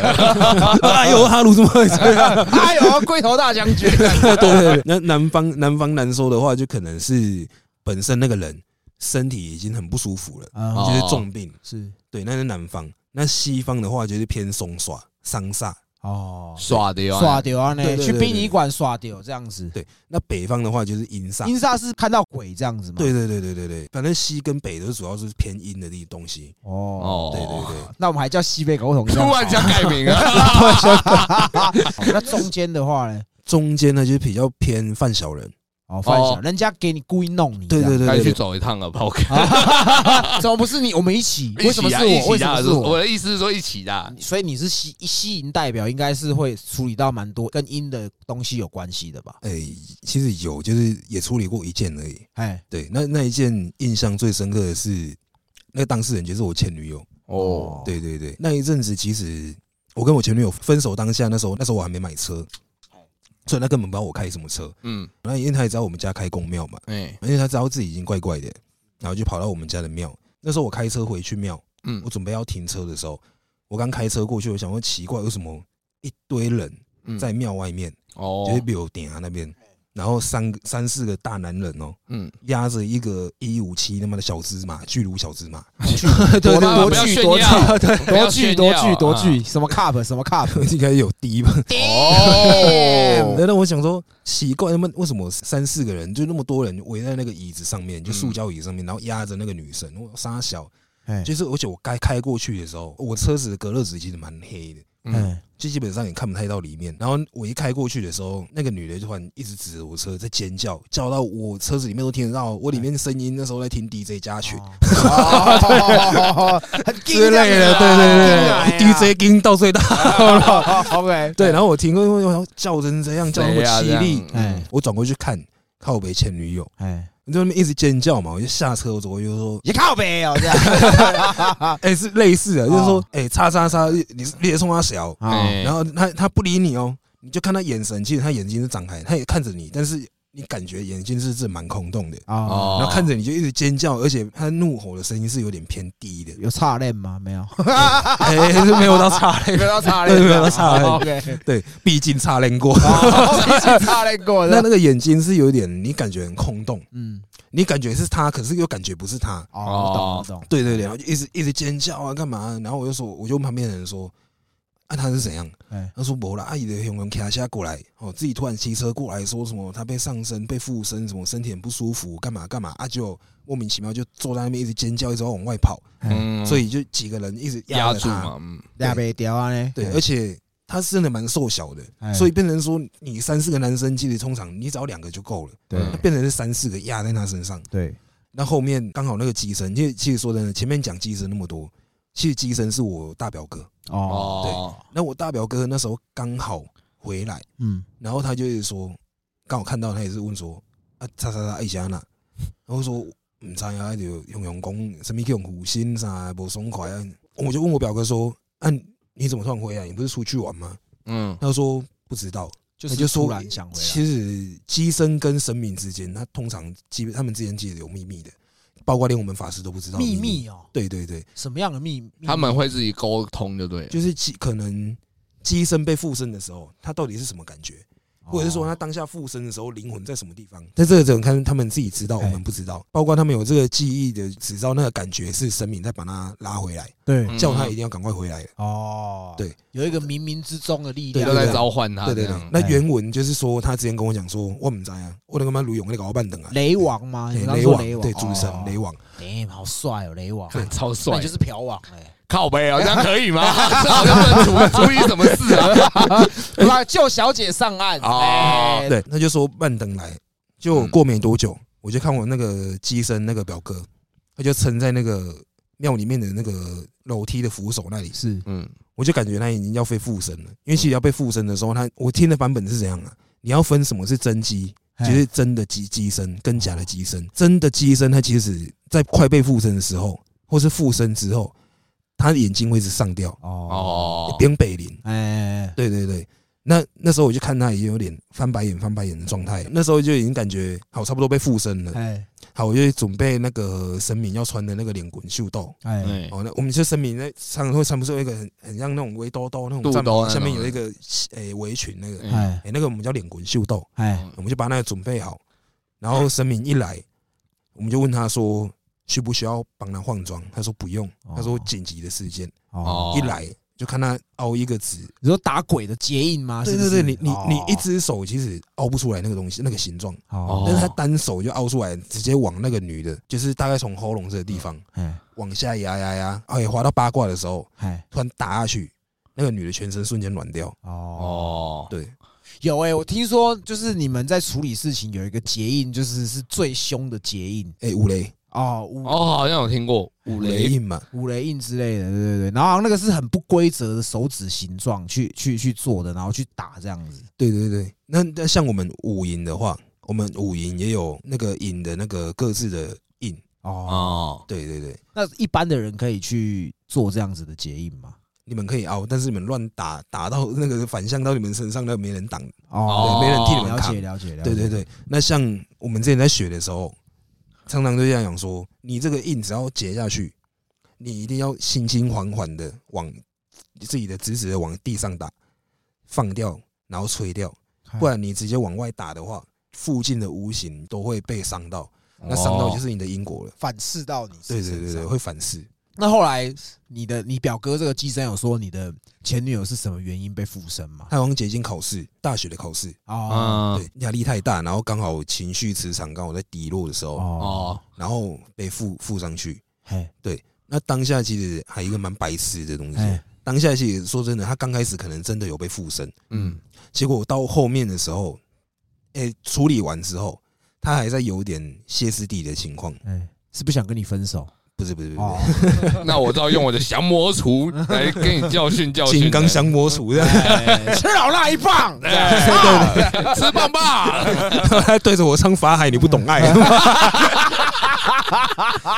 Speaker 2: 哎呦哈鲁怎么会这样？
Speaker 1: 哎呦，龟头大将军，
Speaker 2: 对对对，那南方南方难收的话，就可能是本身那个人身体已经很不舒服了，
Speaker 1: 啊
Speaker 3: 哦
Speaker 2: 就是重病。
Speaker 1: 是
Speaker 2: 对，那是南方。那西方的话，就是偏松耍伤煞。
Speaker 1: 哦，
Speaker 3: 耍的哟，
Speaker 1: 耍丢啊呢，
Speaker 2: 对对对
Speaker 1: 去
Speaker 2: 对
Speaker 1: 殡仪馆耍丢这样子。
Speaker 2: 对，那北方的话就是阴煞。
Speaker 1: 阴煞是看到鬼这样子嘛？
Speaker 2: 对对对对对对，反正西跟北都主要是偏阴的地东西。
Speaker 1: 哦，
Speaker 3: 哦，
Speaker 2: 对对对，
Speaker 1: 那我们还叫西北狗桶这
Speaker 3: 突
Speaker 1: 样好
Speaker 3: 然想改名啊，
Speaker 1: 好那中间的话呢？
Speaker 2: 中间呢就是比较偏犯小人。
Speaker 1: 哦，范晓，
Speaker 3: 哦
Speaker 1: 人家给你故意弄你，
Speaker 2: 对对
Speaker 1: 对。
Speaker 2: 对
Speaker 3: 该
Speaker 2: 对
Speaker 3: 去
Speaker 2: 对，
Speaker 3: 走一趟了吧？我看，
Speaker 1: 怎么不是你？我们一起，
Speaker 3: 一
Speaker 1: 为什么
Speaker 3: 起
Speaker 1: 是
Speaker 3: 啊
Speaker 1: 我？为
Speaker 3: 一起
Speaker 1: 什么
Speaker 3: 的，
Speaker 1: 是我
Speaker 3: 我？的意思是说一起的，
Speaker 1: 所以你是西西营代表，应该是会处理到蛮多跟阴的东西有关系的吧？
Speaker 2: 哎、其实有，就是也处理过一件而已。
Speaker 1: 哎，
Speaker 2: 对，那那一件印象最深刻的是，那个当事人就是我前女友。
Speaker 1: 哦
Speaker 2: 对对对，那一阵子其实我跟我前女友分手当下，那时候那时候我还没买车，
Speaker 3: 哎
Speaker 2: 所以她根本不知道我开什么车。
Speaker 3: 嗯，
Speaker 2: 那因为她也知道我们家开公庙嘛，
Speaker 3: 哎，
Speaker 2: 因为她知道自己已经怪怪的，然后就跑到我们家的庙。那时候我开车回去庙，
Speaker 3: 嗯
Speaker 2: 我准备要停车的时候，我刚开车过去，我想说奇怪，为什么一堆人
Speaker 3: 嗯
Speaker 2: 在庙外面，
Speaker 3: 哦
Speaker 2: 就是，比如顶啊那边，然后三个三四个大男人哦、
Speaker 3: 嗯，
Speaker 2: 压着一个一五七他妈的小芝麻巨乳小芝麻，
Speaker 1: 多
Speaker 2: 对
Speaker 1: 多
Speaker 3: 不要
Speaker 1: 巨
Speaker 3: 炫
Speaker 1: 多
Speaker 3: 耀
Speaker 1: 巨
Speaker 3: 不要
Speaker 1: 多巨
Speaker 3: 炫
Speaker 1: 多
Speaker 3: 耀
Speaker 1: 巨多
Speaker 3: 啊
Speaker 1: 巨，什么 cup 什么 cup？
Speaker 2: 应该有低吧？
Speaker 3: 哦，
Speaker 2: 那那我想说，奇怪，他们为什么三四个人就那么多人围在那个椅子上面，就塑胶椅上面，然后压着那个女生，我傻小，
Speaker 1: 哎
Speaker 2: 就是而且我该开过去的时候，我车子的隔热纸其实蛮黑的，
Speaker 3: 嗯，
Speaker 1: 哎
Speaker 2: 就基本上也看不太到里面。然后我一开过去的时候，那个女的就突然一直指着我车在尖叫，叫到我车子里面都听得到，我里面声音那时候在听 DJ 加群
Speaker 1: 哦， 很
Speaker 2: 之类的，对对
Speaker 1: 啊
Speaker 2: 对，DJ 音到最大。
Speaker 1: ，OK， 哎
Speaker 2: 对，然后我停过去，我想说叫成这样，叫那么
Speaker 3: 谁啊
Speaker 2: 凄厉，
Speaker 3: 这样
Speaker 1: 哎
Speaker 2: 我转过去看，靠北前女友，
Speaker 1: 哎，
Speaker 2: 你就那边一直尖叫嘛，我就下车，我走过去就说，
Speaker 1: 也靠北哦， 这样
Speaker 2: 哎、是类似的，就是说
Speaker 1: 啊哦，
Speaker 2: 哎、叉叉叉，你是你也冲他小，
Speaker 1: 啊，
Speaker 3: 哎
Speaker 2: 然后他他不理你哦，你就看他眼神，其实他眼睛是张开，他也看着你，但是你感觉眼睛是是蛮空洞的，
Speaker 1: 哦，，
Speaker 2: 然后看着你就一直尖叫，而且他怒吼的声音是有点偏低的
Speaker 1: 有差链吗？没有，
Speaker 2: 哎、是没有到差
Speaker 1: 没有
Speaker 2: 嘞，
Speaker 1: 到差链，
Speaker 2: 没有到差链
Speaker 1: OK，
Speaker 2: 对，毕竟差练过。
Speaker 1: 哦差链过
Speaker 2: 那
Speaker 1: 的，
Speaker 2: 那个眼睛是有点，你感觉很空洞，
Speaker 1: 嗯，
Speaker 2: 你感觉是他，可是又感觉不是他。
Speaker 1: 哦，我懂，我懂，
Speaker 2: 对对对，然后就一直一直尖叫啊，干嘛啊、然后我就说，我就问旁边的人说，啊，他是怎样？
Speaker 1: 哎，
Speaker 2: 他说没啦，阿姨的形容卡下过来，哦，自己突然骑车过来说什么，他被上身、被附身，什么身体很不舒服，干嘛干嘛，啊，就莫名其妙就坐在那边一直尖叫，一直往外跑，
Speaker 1: 哎
Speaker 3: 嗯
Speaker 2: 所以就几个人一直
Speaker 3: 压
Speaker 2: 着
Speaker 3: 住
Speaker 2: 他，
Speaker 3: 嘛，嗯，
Speaker 1: 俩被屌啊呢，
Speaker 2: 对，
Speaker 1: 哎
Speaker 2: 而且他是真的蛮瘦小
Speaker 1: 哎
Speaker 2: 的，所以变成说你三四个男生，其实通常你找两个就够了，
Speaker 1: 对
Speaker 3: 嗯
Speaker 2: 变成是三四个压在他身上。
Speaker 1: 对，
Speaker 2: 那后面刚好那个机身，其实其实说真的，前面讲机身那么多，其实机身是我大表哥。
Speaker 1: 哦，
Speaker 3: 哦，
Speaker 2: 那我大表哥那时候刚好回来，
Speaker 1: 嗯，
Speaker 2: 然后他就一直说，刚好看到他也是问说啊，叉叉叉一下那，然后说唔知啊，就用用讲什么叫虎心啥不爽快啊，我就问我表哥说，啊你怎么突然回来？你不是出去玩吗？
Speaker 3: 嗯，
Speaker 2: 他说不知道，
Speaker 1: 就
Speaker 2: 那就是说
Speaker 1: 突然想回来，
Speaker 2: 其实机身跟神明之间，他通常基本他们之间其实有秘密的，包括连我们法师都不知道的
Speaker 1: 秘
Speaker 2: 密。
Speaker 1: 密哦，
Speaker 2: 对对对，
Speaker 1: 什么样的秘密？
Speaker 3: 他们会自己沟通就对了，
Speaker 2: 就是机可能机身被附身的时候，他到底是什么感觉，
Speaker 1: 哦
Speaker 2: 或者是说他当下附身的时候灵魂在什么地方？哦但这个只能看他们自己知道，
Speaker 1: 哎
Speaker 2: 我们不知道。包括他们有这个记忆的，只知道那个感觉是神明在把他拉回来，
Speaker 1: 对
Speaker 3: 嗯
Speaker 2: 叫他一定要赶快回来。
Speaker 1: 哦，
Speaker 2: 对，
Speaker 1: 有一个冥冥之中的力
Speaker 2: 对
Speaker 1: 量
Speaker 3: 都
Speaker 2: 对
Speaker 3: 在
Speaker 2: 对
Speaker 3: 召唤他
Speaker 2: 对
Speaker 3: 这
Speaker 2: 对
Speaker 3: 样，
Speaker 2: 对，那原文就是说他之前跟我讲说，我们在啊，我那个妈卢勇那个老板等啊，
Speaker 1: 雷王吗？
Speaker 2: 哎
Speaker 1: 你刚刚
Speaker 2: 雷
Speaker 1: 说
Speaker 2: 王哦
Speaker 1: 雷王，
Speaker 2: 对主神雷
Speaker 1: 王
Speaker 2: 王，
Speaker 1: ，damn，好帅哦，雷王，
Speaker 3: 看超
Speaker 1: 那
Speaker 3: 帅
Speaker 1: 你就，是嫖王哎，
Speaker 3: 靠背哦，这样可以吗？ 这好像不能出出于什么事啊？
Speaker 1: 不然救小姐上岸
Speaker 3: 哦
Speaker 1: 哎
Speaker 2: 对，他就说慢等来，就
Speaker 3: 嗯
Speaker 2: 过没多久，我就看我那个机身那个表哥，他就撑在那个庙里面的那个楼梯的扶手那里，
Speaker 1: 是
Speaker 3: 嗯，
Speaker 2: 我就感觉他已经要被附身了。因为其实要被附身的时候，他我听的版本是怎样啊？你要分什么是真机，就是真的机机身跟假的机身。真的机身，它其实在快被附身的时候，或是附身之后，他的眼睛会是上吊，
Speaker 1: 哦
Speaker 3: 哦，
Speaker 2: 边北林。
Speaker 1: 哎
Speaker 2: 对对对，那那时候我就看他已经有点翻白眼、翻白眼的状态，那时候就已经感觉好，差不多被附身了。
Speaker 1: 哎
Speaker 2: 好，我就准备那个神明要穿的那个脸滚袖豆。
Speaker 1: 哎
Speaker 3: 哎
Speaker 2: 哦，那我们就神明在常常会穿不是有一个很很像那种围兜兜那
Speaker 3: 肚
Speaker 2: 种战
Speaker 3: 兜
Speaker 2: 袍，
Speaker 3: 那
Speaker 2: 下面
Speaker 3: 种
Speaker 2: 有一个诶围裙那个，
Speaker 3: 嗯
Speaker 1: 哎
Speaker 2: 诶那个我们叫脸滚袖豆，
Speaker 1: 哎
Speaker 2: 我们就把那个准备好，然后神明一来，我们就问他说需不需要帮他换装，他说不用，他说
Speaker 1: 哦
Speaker 2: 紧急的事件
Speaker 1: 哦，
Speaker 2: 一来就看他凹一个直，
Speaker 1: 你说打鬼的结印吗？
Speaker 2: 对
Speaker 1: 是不
Speaker 2: 对
Speaker 1: 是
Speaker 2: 对，你你
Speaker 1: 哦
Speaker 2: 你一只手其实凹不出来那个东西那个形状，
Speaker 1: 哦
Speaker 2: 但是他单手就凹出来，直接往那个女的，就是大概从喉咙这个地方
Speaker 1: 哎
Speaker 2: 往下压压压，哎，滑到八卦的时候。
Speaker 1: 哎
Speaker 2: 突然打下去，那个女的全身瞬间软掉。
Speaker 1: 哦。
Speaker 3: 哦，
Speaker 2: 对，
Speaker 1: 有哎、我听说就是你们在处理事情有一个结印，就是是最凶的结印
Speaker 2: 哎、五雷
Speaker 1: 哦，五
Speaker 3: 哦，好像有听过五
Speaker 2: 雷
Speaker 3: 雷，
Speaker 2: 印嘛，
Speaker 1: 五雷印之类的，对对对。然后好像那个是很不规则的手指形状去去去做的，然后去打这样子。
Speaker 2: 对对对。那那像我们五营的话，我们五营也有那个营的那个各自的印。
Speaker 1: 哦，
Speaker 3: 哦，
Speaker 2: 对对对，
Speaker 1: 那一般的人可以去做这样子的结印吗？
Speaker 2: 你们可以凹，但是你们乱打，打到那个反向到你们身上，那没人挡。
Speaker 1: 哦，
Speaker 2: 对没人替你们
Speaker 1: 了
Speaker 2: 扛
Speaker 1: 解了解了解。
Speaker 2: 对对对。那像我们之前在学的时候，常常就这样讲说，你这个印只要结下去，你一定要轻轻缓缓的往自己的直直的往地上打，放掉，然后吹掉。
Speaker 1: 哎，
Speaker 2: 不然你直接往外打的话，附近的无形都会被伤到，那伤到就是你的因果了。
Speaker 1: 反噬到你。
Speaker 2: 对对对对，。会反噬。
Speaker 1: 那后来你的你表哥这个机身有说你的前女友是什么原因被附身吗？
Speaker 2: 太王结晶考试，大学的考试，
Speaker 1: 哦
Speaker 3: 哦，
Speaker 2: 对压力太大，然后刚好情绪磁场刚好在低落的时候，
Speaker 3: 嗯，
Speaker 1: 哦，
Speaker 3: 哦，
Speaker 2: 然后被附附上去。
Speaker 1: 嘿，
Speaker 2: 那当下其实还有一个蛮白痴的东西
Speaker 1: 嘿，
Speaker 2: 当下其实说真的，他刚开始可能真的有被附身，
Speaker 3: 嗯，
Speaker 2: 结果到后面的时候，哎，处理完之后，他还在有点歇斯底里的情况。
Speaker 3: 嗯
Speaker 1: 哎，是不想跟你分手
Speaker 2: 不是不是不
Speaker 1: 哦
Speaker 2: 是，，
Speaker 3: 那我倒用我的降魔杵来跟你教训教训。
Speaker 2: 金刚降魔杵这
Speaker 1: 哎吃老辣一棒，啊这样
Speaker 3: 哎，吃棒棒！
Speaker 2: 样，他对着我唱《法海》，你不懂爱。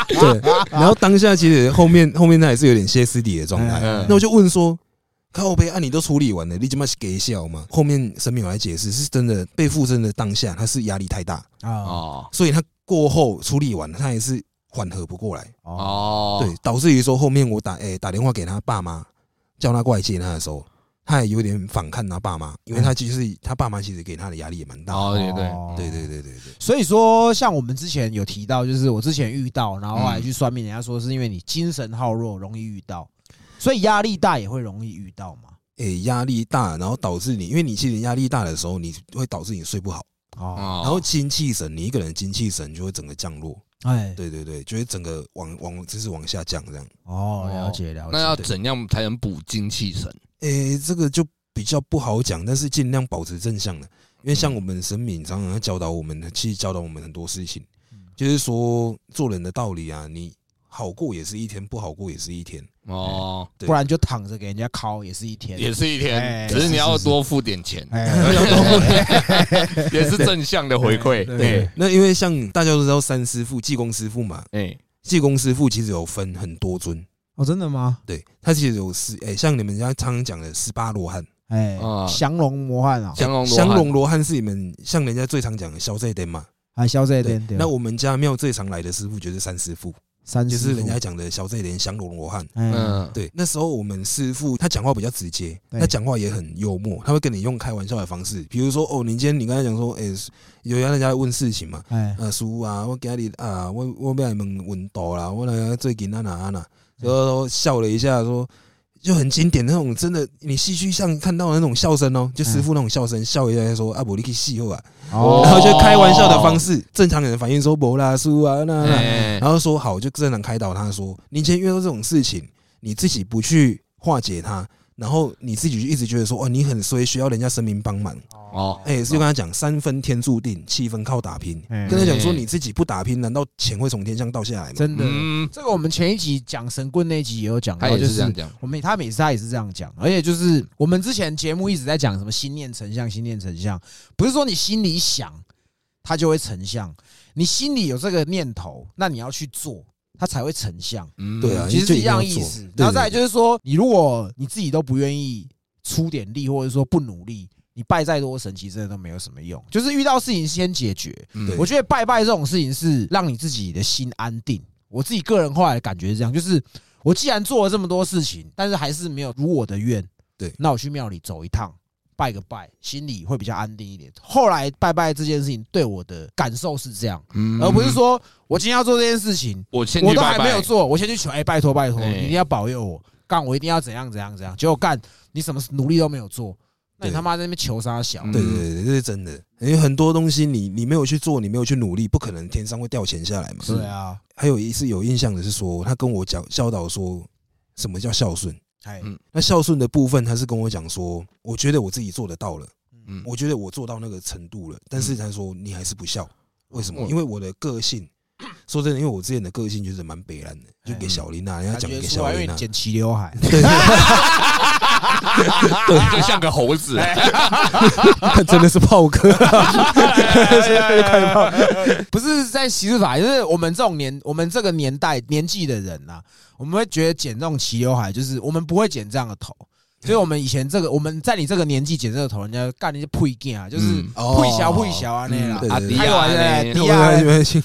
Speaker 2: 对，然后当下其实后面后面他也是有点歇斯底里的状态，
Speaker 3: 嗯
Speaker 2: 那我就问说。靠背啊，你都处理完了，你他妈是给笑吗？后面呃神明有来解释，是真的被附身的当下，他是压力太大，
Speaker 1: 啊
Speaker 3: 哦
Speaker 2: 所以他过后处理完，他也是缓和不过来，
Speaker 1: 哦，
Speaker 3: 哦，
Speaker 2: 对，导致于说后面我打诶、打电话给他爸妈，叫他过来接他的时候，他也有点反抗他爸妈，因为他就是他爸妈其实给他的压力也蛮大的。
Speaker 3: 哦对
Speaker 2: 对
Speaker 3: 对，
Speaker 2: 对对对对，
Speaker 1: 所以说，像我们之前有提到，就是我之前遇到，然后后来去算命，人家说是因为你精神耗弱，容易遇到，所以压力大也会容易遇到嘛。
Speaker 2: 诶、压力大，然后导致你，因为你其实压力大的时候，你会导致你睡不好，
Speaker 1: 哦，
Speaker 3: 然
Speaker 2: 然后精气神，你一个人精气神就会整个降落。
Speaker 1: 哎，
Speaker 2: 对对对，就会整个往往就是往下降这样。
Speaker 1: 哦，了解了
Speaker 3: 那
Speaker 1: 解。
Speaker 3: 要怎样才能补精气神？
Speaker 2: 诶、这个就比较不好讲，但是尽量保持正向的，因为
Speaker 3: 嗯
Speaker 2: 像我们神明常常在教导我们，其实教导我们很多事情，
Speaker 3: 嗯
Speaker 2: 就是说做人的道理啊，你好过也是一天，不好过也是一天。
Speaker 3: 哦，
Speaker 2: 对
Speaker 1: 不然就躺着给人家敲也是一天，
Speaker 3: 也是一
Speaker 1: 哎
Speaker 3: 天，只是你要多付点钱，
Speaker 1: 哎，
Speaker 3: 也是正向的回馈。
Speaker 1: 对
Speaker 3: 对，
Speaker 2: 那因为像大家都知道三师傅、济公师傅嘛，
Speaker 3: 哎，
Speaker 2: 济公师傅其实有分很多尊，
Speaker 1: 哦，真的吗？
Speaker 2: 对他其实有十诶、像你们家常常讲的十八罗汉，
Speaker 1: 哎
Speaker 3: 啊，
Speaker 1: 降龙魔汉啊，
Speaker 3: 降龙罗汉
Speaker 2: 降龙罗汉是你们像人家最常讲的消这一点嘛。
Speaker 1: 还哎消这一
Speaker 2: 对
Speaker 1: 点，点。
Speaker 2: 那我们家庙最常来的师傅就是三师傅，
Speaker 1: 三
Speaker 2: 就
Speaker 1: 师
Speaker 2: 是
Speaker 1: 傅
Speaker 2: 人家讲的小这一点降龙罗汉。
Speaker 1: 哎
Speaker 3: 嗯，
Speaker 2: 对，那时候我们师傅他讲话比较直接，
Speaker 1: 对
Speaker 2: 他讲话也很幽默，他会跟你用开玩笑的方式，比如说哦，你今天你刚才讲说，哎、有人家在问事情嘛，
Speaker 1: 哎
Speaker 2: 啊，师傅啊，我今日啊，我我要来问温度啦，我来最近啊哪啊哪，然后笑了一下说。就很经典那种，真的，你戏剧上看到的那种笑声哦，就师傅那种笑声，笑一下就说啊，我你去戏后啊，
Speaker 1: 哦
Speaker 2: 然后 就开玩笑的方式，正常人反应说不啦，师傅啊，那那，
Speaker 3: 哎
Speaker 2: 然后说好，就正常开导他说，你以前遇到这种事情，你自己不去化解它，然后你自己就一直觉得说，哦，你很衰，需要人家神明帮忙。
Speaker 3: 哦，
Speaker 2: 哎、就跟他讲，三分天注定，七分靠打拼。
Speaker 1: 哎
Speaker 2: 跟他讲说，你自己不打拼，难道钱会从天上掉下来吗？
Speaker 1: 真的，
Speaker 3: 嗯，
Speaker 1: 这个我们前一集讲神棍那一集也有讲
Speaker 3: 他
Speaker 1: 到，
Speaker 3: 也
Speaker 1: 就是
Speaker 3: 这
Speaker 1: 是
Speaker 3: 样讲，
Speaker 1: 我们他每次他也是这样讲，而且就是我们之前节目一直在讲什么心念成像，心念成像，不是说你心里想它就会成像，你心里有这个念头，那你要去做，它才会成像。
Speaker 3: 嗯，
Speaker 2: 对啊
Speaker 1: 其实
Speaker 2: 就是
Speaker 1: 一样
Speaker 2: 一
Speaker 1: 意
Speaker 2: 定要做
Speaker 1: 思
Speaker 2: 对。
Speaker 1: 然后再来就是说，你如果你自己都不愿意出点力，或者说不努力，你拜再多神奇，真的都没有什么用。就是遇到事情先解决。
Speaker 3: 嗯
Speaker 2: 对
Speaker 1: 我觉得拜拜这种事情是让你自己的心安定。我自己个人后来的感觉是这样，就是我既然做了这么多事情，但是还是没有如我的愿，
Speaker 2: 对
Speaker 1: 那我去庙里走一趟。拜个拜，心里会比较安定一点。后来拜拜这件事情对我的感受是这样，
Speaker 3: 嗯
Speaker 1: 而不是说我今天要做这件事情，
Speaker 3: 我先
Speaker 1: 我
Speaker 3: 去
Speaker 1: 都
Speaker 3: 拜
Speaker 1: 还没有
Speaker 3: 拜。
Speaker 1: 做，我先去求，哎、拜托拜托，
Speaker 3: 哎
Speaker 1: 你一定要保佑我，干我一定要怎样怎样怎样，结果干你什么努力都没有做，那你
Speaker 2: 对
Speaker 1: 他妈在那边求啥小？
Speaker 3: 嗯
Speaker 2: 对对对，对这是真的。因为很多东西你你没有去做，你没有去努力，不可能天上会掉钱下来嘛。
Speaker 1: 对啊，
Speaker 2: 还有一次有印象的是说，他跟我讲教导说，什么叫孝顺。
Speaker 1: 哎，
Speaker 3: 嗯
Speaker 2: 那孝顺的部分，他是跟我讲说，我觉得我自己做得到了，
Speaker 3: 嗯
Speaker 2: 我觉得我做到那个程度了，
Speaker 1: 嗯
Speaker 2: 但是他说你还是不孝，为什么？
Speaker 3: 嗯
Speaker 2: 因为我的个性，说真的，因为我之前的个性就是蛮北蓝的，
Speaker 1: 哎
Speaker 2: 就给小林娜，人家
Speaker 1: 感
Speaker 2: 讲
Speaker 1: 觉
Speaker 2: 给
Speaker 1: 出
Speaker 2: 小啊
Speaker 1: 来，因为
Speaker 2: 林娜
Speaker 1: 你，剪齐刘海，
Speaker 3: 就像个猴子，
Speaker 2: 真的是炮 哥，
Speaker 1: 不是在歧视法，就是我们这种年，我们这个年代年纪的人呐、我们会觉得剪那种齐刘海，就是我们不会剪这样的头。
Speaker 2: 嗯
Speaker 1: 所以，我们以前这个，我们在你这个年纪剪这个头，人家干那些配件啊，就是
Speaker 3: 嗯
Speaker 2: 哦嗯啊
Speaker 1: 配小配小啊那样啦
Speaker 2: 对。
Speaker 3: 阿
Speaker 2: 对
Speaker 3: 迪
Speaker 2: 对
Speaker 1: 开玩笑
Speaker 3: 亚
Speaker 1: 哎
Speaker 3: 呢
Speaker 1: 迪
Speaker 2: 我
Speaker 1: 亚
Speaker 2: 还没信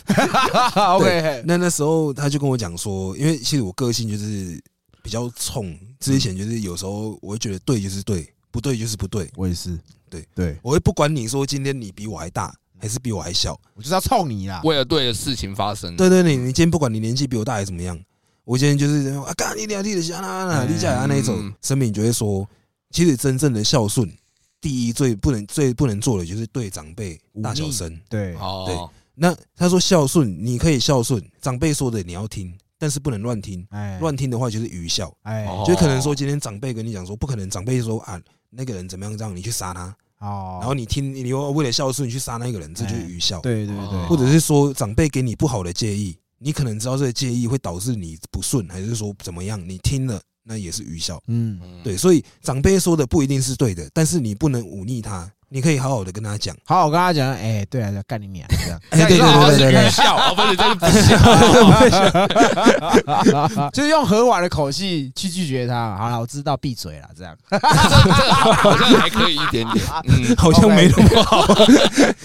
Speaker 1: 啊 OK，
Speaker 2: 那那时候他就跟我讲说，因为其实我个性就是比较冲，之前就是有时候我会觉得对就是对，不对就是不对，
Speaker 1: 我也是，
Speaker 2: 对
Speaker 1: 对，
Speaker 2: 我会不管你说今天你比我还大还是比我还小。
Speaker 1: 我就是要冲你啦。
Speaker 3: 为了对的事情发生。
Speaker 2: 对对，你你今天不管你年纪比我大还是怎么样，我今天就是啊，干你俩弟的下啦啦，你家啊那一种
Speaker 3: 嗯，
Speaker 2: 生命就会说，其实真正的孝顺，第一最不能最不能做的就是对长辈大小声。
Speaker 1: 对，
Speaker 3: 哦，
Speaker 2: 嗯那他说孝顺，你可以孝顺，长辈说的你要听，但是不能乱听，
Speaker 1: 哎，
Speaker 2: 乱听的话就是愚孝，
Speaker 1: 哎，
Speaker 3: 哦
Speaker 2: 就可能说今天长辈跟你讲说，不可能，长辈说啊那个人怎么样，让你去杀他，
Speaker 1: 哦，
Speaker 2: 然后你听，你又为了孝顺去杀那个人，这就是愚孝。
Speaker 1: 对对对，
Speaker 3: 哦
Speaker 2: 或者是说长辈给你不好的建议，你可能知道这个介意会导致你不顺，还是说怎么样，你听了那也是愚孝。
Speaker 1: 嗯，
Speaker 3: 嗯，
Speaker 2: 对，所以长辈说的不一定是对的，但是你不能忤逆他，你可以好好的跟他讲。
Speaker 1: 好，我跟他讲，哎，对啊，对啊干你娘，这样
Speaker 2: 哎， 对对
Speaker 3: 这样
Speaker 2: 对
Speaker 3: 你
Speaker 2: 对
Speaker 3: 知道他是愚
Speaker 2: 对
Speaker 3: 孝，哦，不是，这是不孝。
Speaker 1: 就是用和婉的口气去拒绝他。好了，我知道，闭嘴了，这样。
Speaker 3: 好像还可以一点点。嗯
Speaker 2: 对，， 好像没 那么好。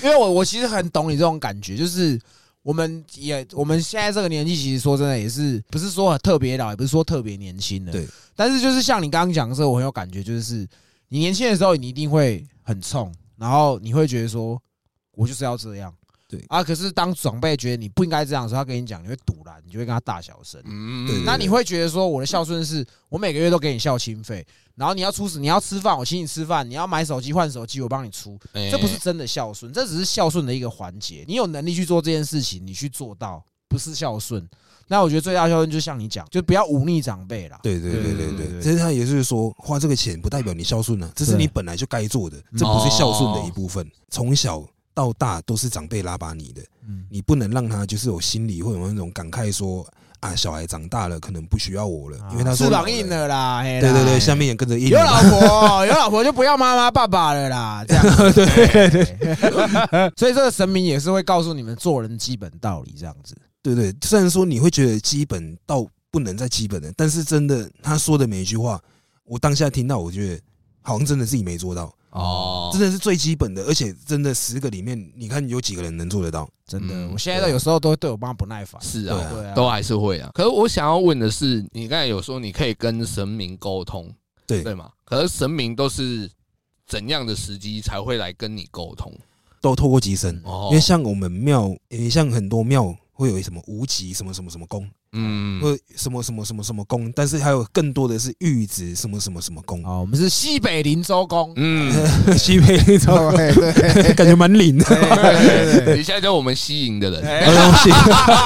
Speaker 1: 因为我我其实很懂你这种感觉，就是我们也我们现在这个年纪，其实说真的也是不是说特别老，也不是说特别年轻的，
Speaker 2: 对。
Speaker 1: 但是就是像你刚刚讲的时候，我很有感觉，就是你年轻的时候，你一定会很冲，然后你会觉得说，我就是要这样，
Speaker 2: 对
Speaker 1: 啊。可是当长辈觉得你不应该这样的时候，他跟你讲，你会堵拦，你就会跟他大小声。
Speaker 2: 对
Speaker 3: 嗯，
Speaker 1: 那你会觉得说，我的孝顺是我每个月都给你孝亲费，然后你要出你要吃饭，我请你吃饭；你要买手机换手机，我帮你出。
Speaker 3: 哎
Speaker 1: 这不是真的孝顺，这只是孝顺的一个环节。你有能力去做这件事情，你去做到，不是孝顺。那我觉得最大孝顺就像你讲，就不要忤逆长辈啦。
Speaker 2: 对对对对
Speaker 1: 对对
Speaker 2: 对，其实他也是说，花这个钱不代表你孝顺啊了，这是
Speaker 1: 对
Speaker 2: 你本来就该做的，这不是孝顺的一部分。从小到大都是长辈拉拔你的，
Speaker 1: 嗯，
Speaker 2: 你不能让他就是有心里会有那种感慨说啊，小孩长大了可能不需要我了，因为他说
Speaker 1: 啊翅
Speaker 2: 老
Speaker 1: 膀硬
Speaker 2: 了。
Speaker 1: 了啦，嘿啦
Speaker 2: 对对对，下面也跟着硬
Speaker 1: 哎有
Speaker 2: 了。
Speaker 1: 老婆，有老婆就不要妈妈爸爸了啦，这样子。对对对， 所以这个神明也是会告诉你们做人基本道理，这样子。
Speaker 2: 对对，虽然说你会觉得基本到不能再基本了，但是真的他说的每一句话，我当下听到，我觉得好像真的自己没做到，
Speaker 3: 哦
Speaker 2: 真，的是最基本的，而且真的十个里面，你看有几个人能做得到？
Speaker 1: 真的，
Speaker 3: 嗯
Speaker 1: 我现在都有时候都会对我妈不耐烦。
Speaker 3: 是
Speaker 2: 对
Speaker 3: 啊
Speaker 2: 啊。
Speaker 1: 对啊，
Speaker 3: 都还是会啊，可是我想要问的是，你刚才有说你可以跟神明沟通，
Speaker 2: 对
Speaker 3: 对吗？可是神明都是怎样的时机才会来跟你沟通？
Speaker 2: 都透过机身，
Speaker 3: 哦
Speaker 2: 因为像我们庙，诶，像很多庙会有什么无极什么什么什么宫，
Speaker 3: 嗯，
Speaker 2: 或什么什么什么什么宫，但是还有更多的是玉子什么什么什么宫，
Speaker 1: 哦，我们是西北林州公。
Speaker 3: 嗯，
Speaker 2: 西北那种
Speaker 1: 对对 对
Speaker 2: 感觉蛮灵的。
Speaker 1: 对对
Speaker 3: 你现在就是我们西营的人，
Speaker 2: 哎东西。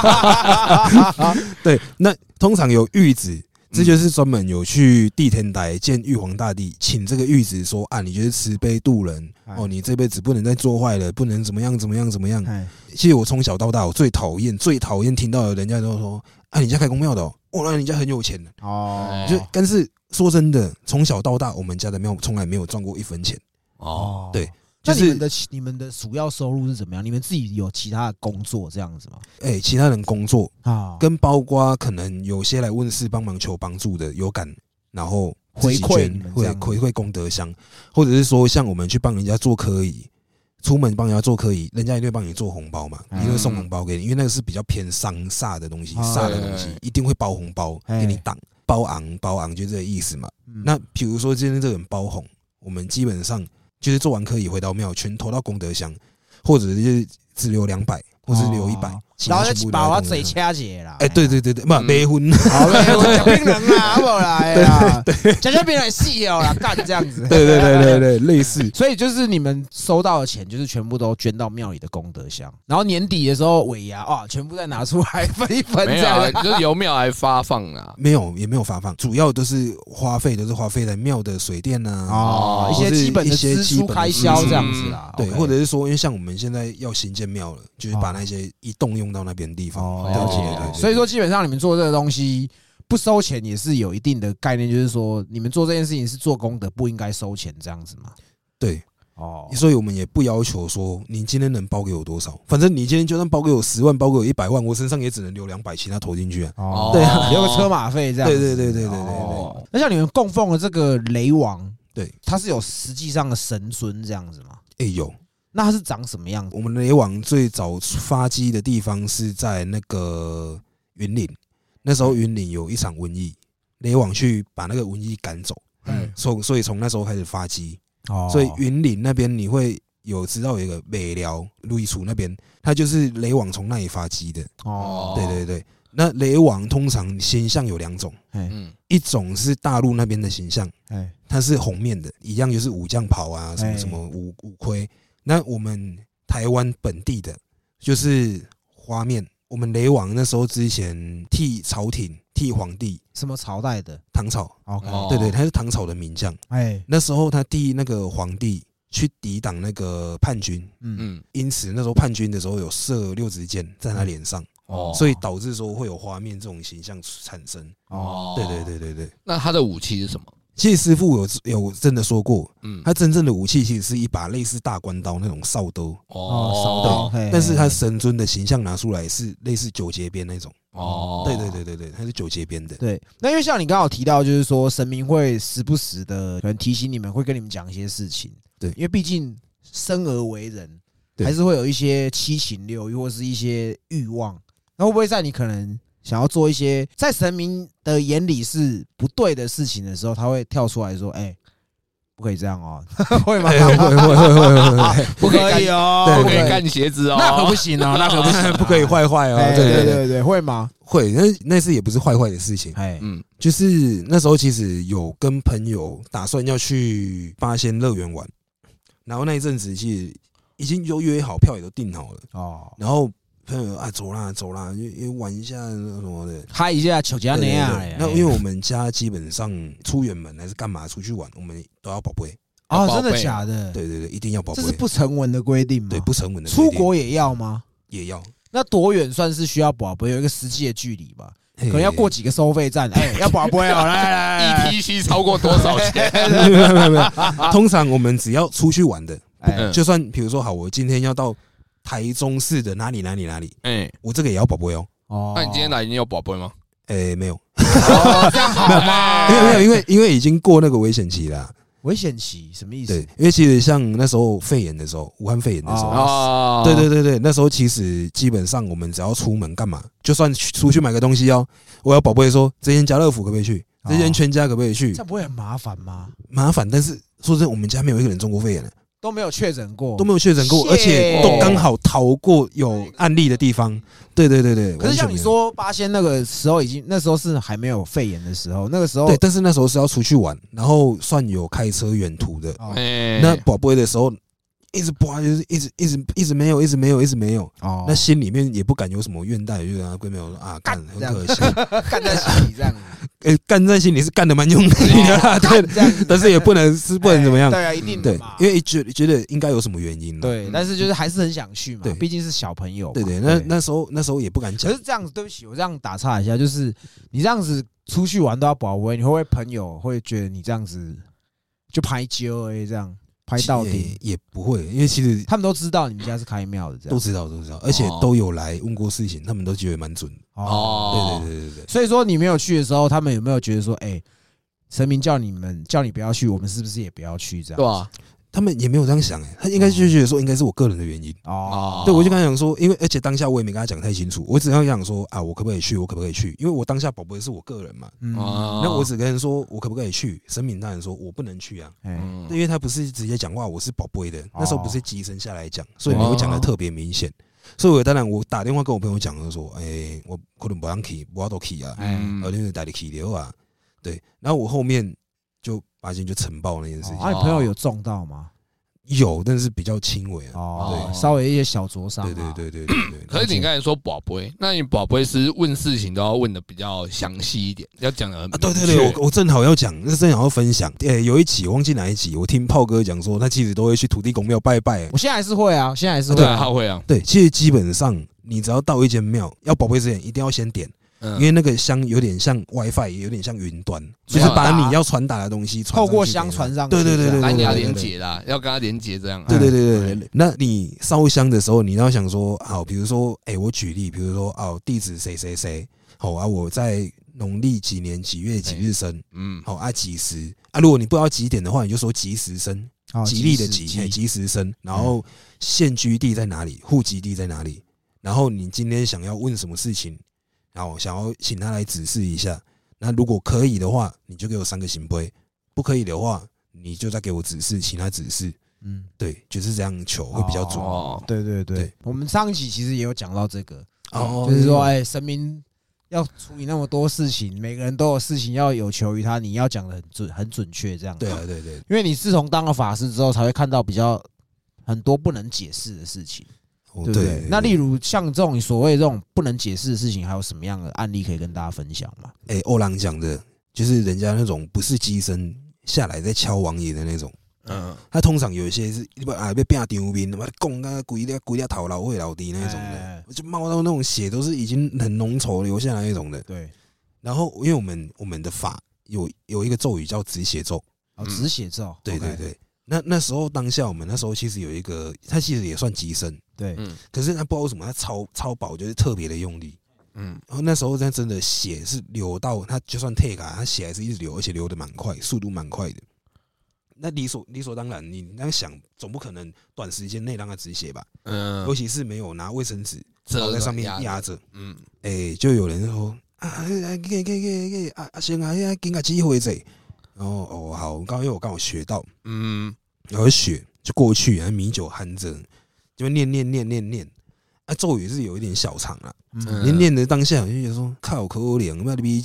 Speaker 2: 哎 对，那通常有谕旨，
Speaker 1: 嗯
Speaker 2: 这就是专门有去地天台见玉皇大帝，请这个谕旨说啊，你就是慈悲度人
Speaker 1: 哎
Speaker 2: 哦，你这辈子不能再做坏了，不能怎么样怎么样怎么样。
Speaker 1: 哎
Speaker 2: 其实我从小到大，我最讨厌最讨厌听到有人家都说啊，你家开公庙的哦，哦，那人家很有钱的。
Speaker 1: 哦，
Speaker 2: 就但是说真的，从小到大，我们家的庙从来没有赚过一分钱。
Speaker 3: 哦，
Speaker 2: 对，
Speaker 1: 那
Speaker 2: 就
Speaker 1: 你们
Speaker 2: 是
Speaker 1: 的其你们的主要收入是怎么样？你们自己有其他的工作这样子吗？
Speaker 2: 哎，其他人工作
Speaker 1: 啊，
Speaker 2: 跟包括可能有些来问事帮忙求帮助的有感，然后自己
Speaker 1: 回馈
Speaker 2: 捐
Speaker 1: 你们这
Speaker 2: 回
Speaker 1: 样
Speaker 2: 回馈功德箱，或者是说像我们去帮人家做科仪，出门帮人家做科仪，人家一定会帮你做红包嘛，
Speaker 1: 嗯
Speaker 2: 一定会送红包给你，因为那个是比较偏商煞的东西，
Speaker 1: 哦
Speaker 2: 煞的东西
Speaker 3: 对
Speaker 2: 一定会包红包
Speaker 1: 哎
Speaker 2: 给你挡包昂包昂，就这个意思嘛。
Speaker 1: 嗯
Speaker 2: 那比如说今天这个人包红，我们基本上就是做完科仪回到庙，全投到功德箱，或者是只留两百，或是留一百
Speaker 1: 哦，
Speaker 2: 其
Speaker 1: 然
Speaker 2: 他
Speaker 1: 后再
Speaker 2: 全部留在
Speaker 1: 把我
Speaker 2: 功德
Speaker 1: 嘴
Speaker 2: 箱
Speaker 1: 掐解啦。
Speaker 2: 哎、对对对对，不
Speaker 3: 嗯
Speaker 2: 离 婚，
Speaker 1: 好嘞，我讲槟榔 啦，我啦，哎呀，讲讲槟榔细哦 啦，干这样子。
Speaker 2: 对对对对对，类似，
Speaker 1: 所以就是你们收到的钱，就是全部都捐到庙里的功德箱，然后年底的时候尾牙啊，全部再拿出来分一分这
Speaker 3: 没有
Speaker 1: 样
Speaker 3: 啊，
Speaker 1: 子。
Speaker 3: 就是由庙来发放啊。
Speaker 2: 没有也没有发放，主要都是花费都是花费在庙的水电呐、啊，
Speaker 1: 哦，一
Speaker 2: 或
Speaker 1: 些
Speaker 2: 是
Speaker 1: 基本的
Speaker 2: 一些
Speaker 1: 支
Speaker 2: 基
Speaker 1: 出
Speaker 2: 本的
Speaker 1: 开
Speaker 2: 支
Speaker 1: 销
Speaker 3: 出
Speaker 1: 这样子啦，
Speaker 2: 对，
Speaker 1: OK
Speaker 2: 或者是说，因为像我们现在要新建庙了，就是把
Speaker 1: 哦
Speaker 2: 那些一动用到那边的地方，
Speaker 1: 哦，
Speaker 2: 对
Speaker 1: 了
Speaker 2: 对对
Speaker 1: 解。
Speaker 2: 对对
Speaker 1: 所以说，基本上你们做这个东西不收钱也是有一定的概念，就是说你们做这件事情是做功德，不应该收钱这样子嘛。
Speaker 2: 对，
Speaker 1: 哦，
Speaker 2: 所以我们也不要求说你今天能包给我多少，反正你今天就算包给我十万，包给我一百万，我身上也只能留两百，其他投进去啊。
Speaker 1: 哦，
Speaker 2: 对
Speaker 3: 啊
Speaker 1: 留个车马费这样子。
Speaker 2: 对对对对对对对
Speaker 1: 哦。那像你们供奉的这个雷王，
Speaker 2: 对，
Speaker 1: 他是有实际上的神尊这样子吗？
Speaker 2: 哎、有，
Speaker 1: 那他是长什么样子？
Speaker 2: 我们雷网最早发迹的地方是在那个云岭，那时候云岭有一场瘟疫，雷网去把那个瘟疫赶走，
Speaker 1: 嗯，
Speaker 2: 所所以从那时候开始发迹，
Speaker 1: 哦
Speaker 2: 所以云岭那边你会有知道有一个北寮路易楚那边，它就是雷网从那里发迹的，
Speaker 1: 哦，
Speaker 2: 对对对。那雷网通常形象有两种，
Speaker 1: 哎
Speaker 3: 嗯，
Speaker 2: 一种是大陆那边的形象，
Speaker 1: 哎
Speaker 2: 它是红面的，一样就是武将袍啊，什
Speaker 1: 哎
Speaker 2: 么什么武武盔。那我们台湾本地的，就是花面。我们雷王那时候之前替朝廷、替皇帝
Speaker 1: 什么朝代的
Speaker 2: 唐朝，
Speaker 1: ？OK，
Speaker 3: 哦
Speaker 2: 对对，他是唐朝的名将。
Speaker 1: 哎，
Speaker 2: 那时候他替那个皇帝去抵挡那个叛军，
Speaker 1: 嗯
Speaker 3: 嗯，
Speaker 2: 因此那时候叛军的时候有射六支箭在他脸上，
Speaker 3: 哦
Speaker 2: 所以导致说会有花面这种形象产生。
Speaker 1: 哦，
Speaker 2: 对对，对对对，
Speaker 3: 那他的武器是什么？
Speaker 2: 其实师傅有有真的说过，
Speaker 3: 嗯，
Speaker 2: 他真正的武器其实是一把类似大关刀那种扫兜，
Speaker 1: 哦，
Speaker 3: 哦
Speaker 1: 对，
Speaker 2: 但是他神尊的形象拿出来是类似九节鞭那种。
Speaker 3: 哦，
Speaker 2: 对对对对对，他是九节鞭的。
Speaker 1: 对，那因为像你刚好提到，就是说神明会时不时的可能提醒你们，会跟你们讲一些事情。
Speaker 2: 对
Speaker 1: 因为毕竟生而为人，
Speaker 2: 对
Speaker 1: 还是会有一些七情六欲或是一些欲望。那会不会在你可能想要做一些在神明的眼里是不对的事情的时候，他会跳出来说：“哎、不可以这样哦、 会吗？
Speaker 2: 哎会会会会会会，
Speaker 1: 不可以哦、
Speaker 2: 对
Speaker 3: 不
Speaker 1: 不
Speaker 3: 可
Speaker 1: 可
Speaker 3: 以
Speaker 1: 以
Speaker 3: 干鞋子哦，
Speaker 1: 那可不行哦、那可不行、
Speaker 2: 不可以。坏坏哦。
Speaker 1: 哎，
Speaker 2: 对
Speaker 1: 对
Speaker 2: 对对，
Speaker 1: 对对，会吗？
Speaker 2: 会。那那次也不是坏坏的事情，
Speaker 1: 哎，
Speaker 3: 嗯，
Speaker 2: 就是那时候其实有跟朋友打算要去八仙乐园玩，然后那一阵子其实已经都约好，票也都订好了，
Speaker 1: 哦，
Speaker 2: 然后朋友啊走啦走啦，因为因为玩一下什么的。
Speaker 1: 嗨一下，求加
Speaker 2: 对
Speaker 1: 那
Speaker 2: 对
Speaker 1: 样
Speaker 2: 对。那因为我们家基本上出远门还是干嘛出去玩，我们都要宝贝。啊
Speaker 1: 哦，
Speaker 3: 宝
Speaker 1: 真的
Speaker 3: 贝
Speaker 1: 假的？
Speaker 2: 对对对，一定要宝贝
Speaker 1: 这。是不成文的规定吗？
Speaker 2: 对，不成文的规
Speaker 1: 出
Speaker 2: 定
Speaker 1: 国也要吗？
Speaker 2: 啊也要，
Speaker 1: 那多远算是需要保杯？有一个实际的距离吧，
Speaker 2: 可
Speaker 1: 可能要 过几个收费站，哎，要保杯哦，来来来
Speaker 2: 哎
Speaker 1: 来，
Speaker 3: ETC 超过多少钱？
Speaker 2: 没有没有没有没有。通常我们只要出去玩的，
Speaker 1: 哎，
Speaker 3: 嗯
Speaker 2: 就算比如说好，我今天要到台中市的哪里哪里哪里，
Speaker 3: 哎，
Speaker 2: 我这个也要宝贝哦。
Speaker 1: 哦，
Speaker 3: 那你今天来，你有宝贝吗？
Speaker 2: 诶，没有，
Speaker 1: 哦这样好吗？
Speaker 2: 没有，没有，因为因为已经过那个危险期了啊。
Speaker 1: 危险期什么意
Speaker 2: 对
Speaker 1: 思？，
Speaker 2: 因为其实像那时候肺炎的时候，武汉肺炎的时候，
Speaker 3: 哦，
Speaker 2: 对对对对，那时候其实基本上我们只要出门干嘛，就算去出去买个东西哦，我要宝贝说这间家乐福可不可以去，这间全家可不可以去
Speaker 1: 哦这，样不会很麻烦吗？
Speaker 2: 麻烦。但是说真的，我们家没有一个人中过肺炎的。
Speaker 1: 都没有确诊过，
Speaker 2: 都没有确诊过，
Speaker 1: 哦谢
Speaker 2: 而且都刚好逃过有案例的地方。对对对对，
Speaker 1: 可是像你
Speaker 2: 完全没有，
Speaker 1: 说八仙那个时候已经，那时候是还没有肺炎的时候，那个时候
Speaker 2: 对，但是那时候是要出去玩，然后算有开车远途的。
Speaker 1: 哦
Speaker 3: 哎，
Speaker 2: 那宝贝的时候，一直不就是一直一直一直没有，一直没有，一直没有。
Speaker 1: 哦，
Speaker 2: 那心里面也不敢有什么怨叹，就跟他闺蜜说啊，干很
Speaker 1: 这样
Speaker 2: 可惜，
Speaker 1: 干在心里这样，
Speaker 2: 呃，干在心里是干的蛮用力的 啦，对，
Speaker 1: 这样子
Speaker 2: 但是也不能是不能怎么样，
Speaker 1: 对啊，一定
Speaker 2: 对
Speaker 1: 的嘛，，
Speaker 2: 因为觉觉得应该有什么原因嘛，
Speaker 1: 对，但是就是还是很想去嘛
Speaker 2: 对，
Speaker 1: 毕竟是小朋友嘛。
Speaker 2: 对对，那那时候那时候也不敢
Speaker 1: 可
Speaker 2: 讲
Speaker 1: 是，这样子，对不起，我这样打岔一下，就是你这样子出去玩都要保温，你会不会朋友会觉得你这样子就拍揪哎，这样拍到底？啊
Speaker 2: 也也不会，因为其实
Speaker 1: 他们都知道你们家是开庙的，这
Speaker 2: 都
Speaker 1: 样
Speaker 2: 知道，都知道，而且都有来问过事情，他们都觉得蛮准的。
Speaker 1: 哦。
Speaker 3: 哦，
Speaker 2: 对对对对对，
Speaker 1: 所以说你没有去的时候，他们有没有觉得说，哎，神明叫你们叫你不要去，我们是不是也不要去这
Speaker 3: 对
Speaker 1: 样？哦
Speaker 3: 吧？
Speaker 2: 他们也没有这样想哎，他应该就觉得说应该是我个人的原因。
Speaker 1: 哦，
Speaker 3: 哦，
Speaker 2: 对，啊我就跟他讲说，因为而且当下我也没跟他讲太清楚，我只要讲说啊，我可不可以去，我可不可以去？因为我当下宝贝是我个人嘛，
Speaker 1: 嗯，
Speaker 3: 哦，
Speaker 2: 那我只跟人说我可不可以去，神明大人说我不能去啊，
Speaker 1: 哎，
Speaker 3: 嗯哦
Speaker 2: 因为他不是直接讲话，我是宝贝的，那时候不是机身下来讲，所以没有讲的特别明显。所以我当然我打电话跟我朋友讲，我就说，哎、我可能不让去，我都去啊，
Speaker 1: 嗯
Speaker 2: 呃，就是带你去的啊，对。然后我后面就发现就晨爆那件事情，
Speaker 3: 哦
Speaker 1: 啊，你朋友有中到吗？
Speaker 2: 有，但是比较轻微啊。
Speaker 1: 哦，
Speaker 3: 对
Speaker 1: 稍微一些小灼伤啊。
Speaker 2: 对对对对 对对。
Speaker 3: 可是你刚才说宝贝，那你宝贝是问事情都要问的比较详细一点，要讲的很
Speaker 2: 啊，对对对，
Speaker 3: 明确
Speaker 2: 我我正好要讲，那正好要分享。呃、有一集我忘记哪一集，我听炮哥讲说，他其实都会去土地公庙拜拜。
Speaker 1: 我现在还是会啊，现在还是会
Speaker 3: 对啊，
Speaker 1: 啊
Speaker 3: 他会啊，
Speaker 2: 对，其实基本上你只要到一间庙，要宝贝之前一定要先点，因
Speaker 3: 嗯，
Speaker 2: 为那个香有点像 WiFi，也有点像云端，就
Speaker 3: 没
Speaker 2: 是
Speaker 3: 有
Speaker 2: 把
Speaker 1: 打
Speaker 2: 你要传达的东西传
Speaker 1: 透过
Speaker 2: 上去
Speaker 1: 香传
Speaker 2: 给他
Speaker 1: 上去
Speaker 2: 对对对
Speaker 1: 这样啊
Speaker 2: 对，
Speaker 3: 来
Speaker 2: 对
Speaker 3: 你要
Speaker 2: 对对
Speaker 3: 连
Speaker 2: 对
Speaker 3: 接啦，要跟他连接这样啊，
Speaker 2: 对对对
Speaker 3: 哎
Speaker 2: 对对，那你烧香的时候，你要想说，好，比如说，哎、我举例，比如说，哦，地址谁谁谁，好啊，我在农历几年几月几日生，
Speaker 3: 嗯，
Speaker 2: 好啊，几时啊？如果你不知道几点的话，你就说几时生，
Speaker 1: 哦
Speaker 2: 吉利的
Speaker 1: 即
Speaker 2: 吉，
Speaker 1: 时
Speaker 2: 哎，
Speaker 1: 即
Speaker 2: 几时生，然后现居地在哪里，户籍地在哪里，然后你今天想要问什么事情，然后想要请他来指示一下。那如果可以的话，你就给我三个行杯；不可以的话，你就再给我指示，请他指示。
Speaker 1: 嗯，
Speaker 2: 对，就是这样求会比较准。
Speaker 3: 哦，
Speaker 1: 对对对
Speaker 2: 对，
Speaker 1: 我们上一集其实也有讲到这个，
Speaker 2: 哦
Speaker 1: 就是说，哎，神明要处理那么多事情，每个人都有事情要有求于他，你要讲的很准很准确，这样
Speaker 2: 对啊，，对对
Speaker 1: 因为你自从当了法师之后，才会看到比较很多不能解释的事情，
Speaker 2: 哦
Speaker 1: 对不
Speaker 2: 对
Speaker 1: 对？那例如像这种所谓这种不能解释的事情，还有什么样的案例可以跟大家分享吗？
Speaker 2: 哎，欧郎讲的，就是人家那种不是机身下来在敲王爷的那种，
Speaker 3: 嗯，
Speaker 2: 他通常有一些是你把啊被变丢兵，他妈供啊鬼掉鬼掉头老会老弟那一种
Speaker 1: 哎
Speaker 2: 的，就冒到那种血都是已经很浓稠流下来那种的。
Speaker 1: 对，
Speaker 2: 然后因为我们我们的法有有一个咒语叫止血咒，
Speaker 1: 哦，
Speaker 3: 嗯
Speaker 1: 止血咒，
Speaker 2: 对对
Speaker 1: OK，
Speaker 2: 对。那那时候当下我们那时候其实有一个，他其实也算机身，
Speaker 1: 对，
Speaker 3: 嗯
Speaker 2: 可是他不知道为什么他超超保就是特别的用力。
Speaker 3: 嗯，
Speaker 2: 然后那时候他真的血是流到他就算 take 啊，他血还是一直流，而且流的蛮快，速度蛮快的。那理所理所当然，你那样想总不可能短时间内让他止血吧？
Speaker 3: 嗯
Speaker 2: 尤其是没有拿卫生纸
Speaker 3: 折
Speaker 2: 然后在
Speaker 3: 着
Speaker 2: 上面
Speaker 3: 压着
Speaker 2: 压着，
Speaker 3: 嗯，
Speaker 2: 哎、就有人说啊，哎给给给给啊啊行啊，呀，给个机会者。然后哦好，刚因为我刚好学到，
Speaker 3: 嗯，
Speaker 2: 然后血就过去，然后米酒含着，就念念念念念。啊，咒语是有一点小长啦，
Speaker 1: 嗯
Speaker 3: 嗯
Speaker 2: 你念的当下，我就觉得说靠可怜，妈的米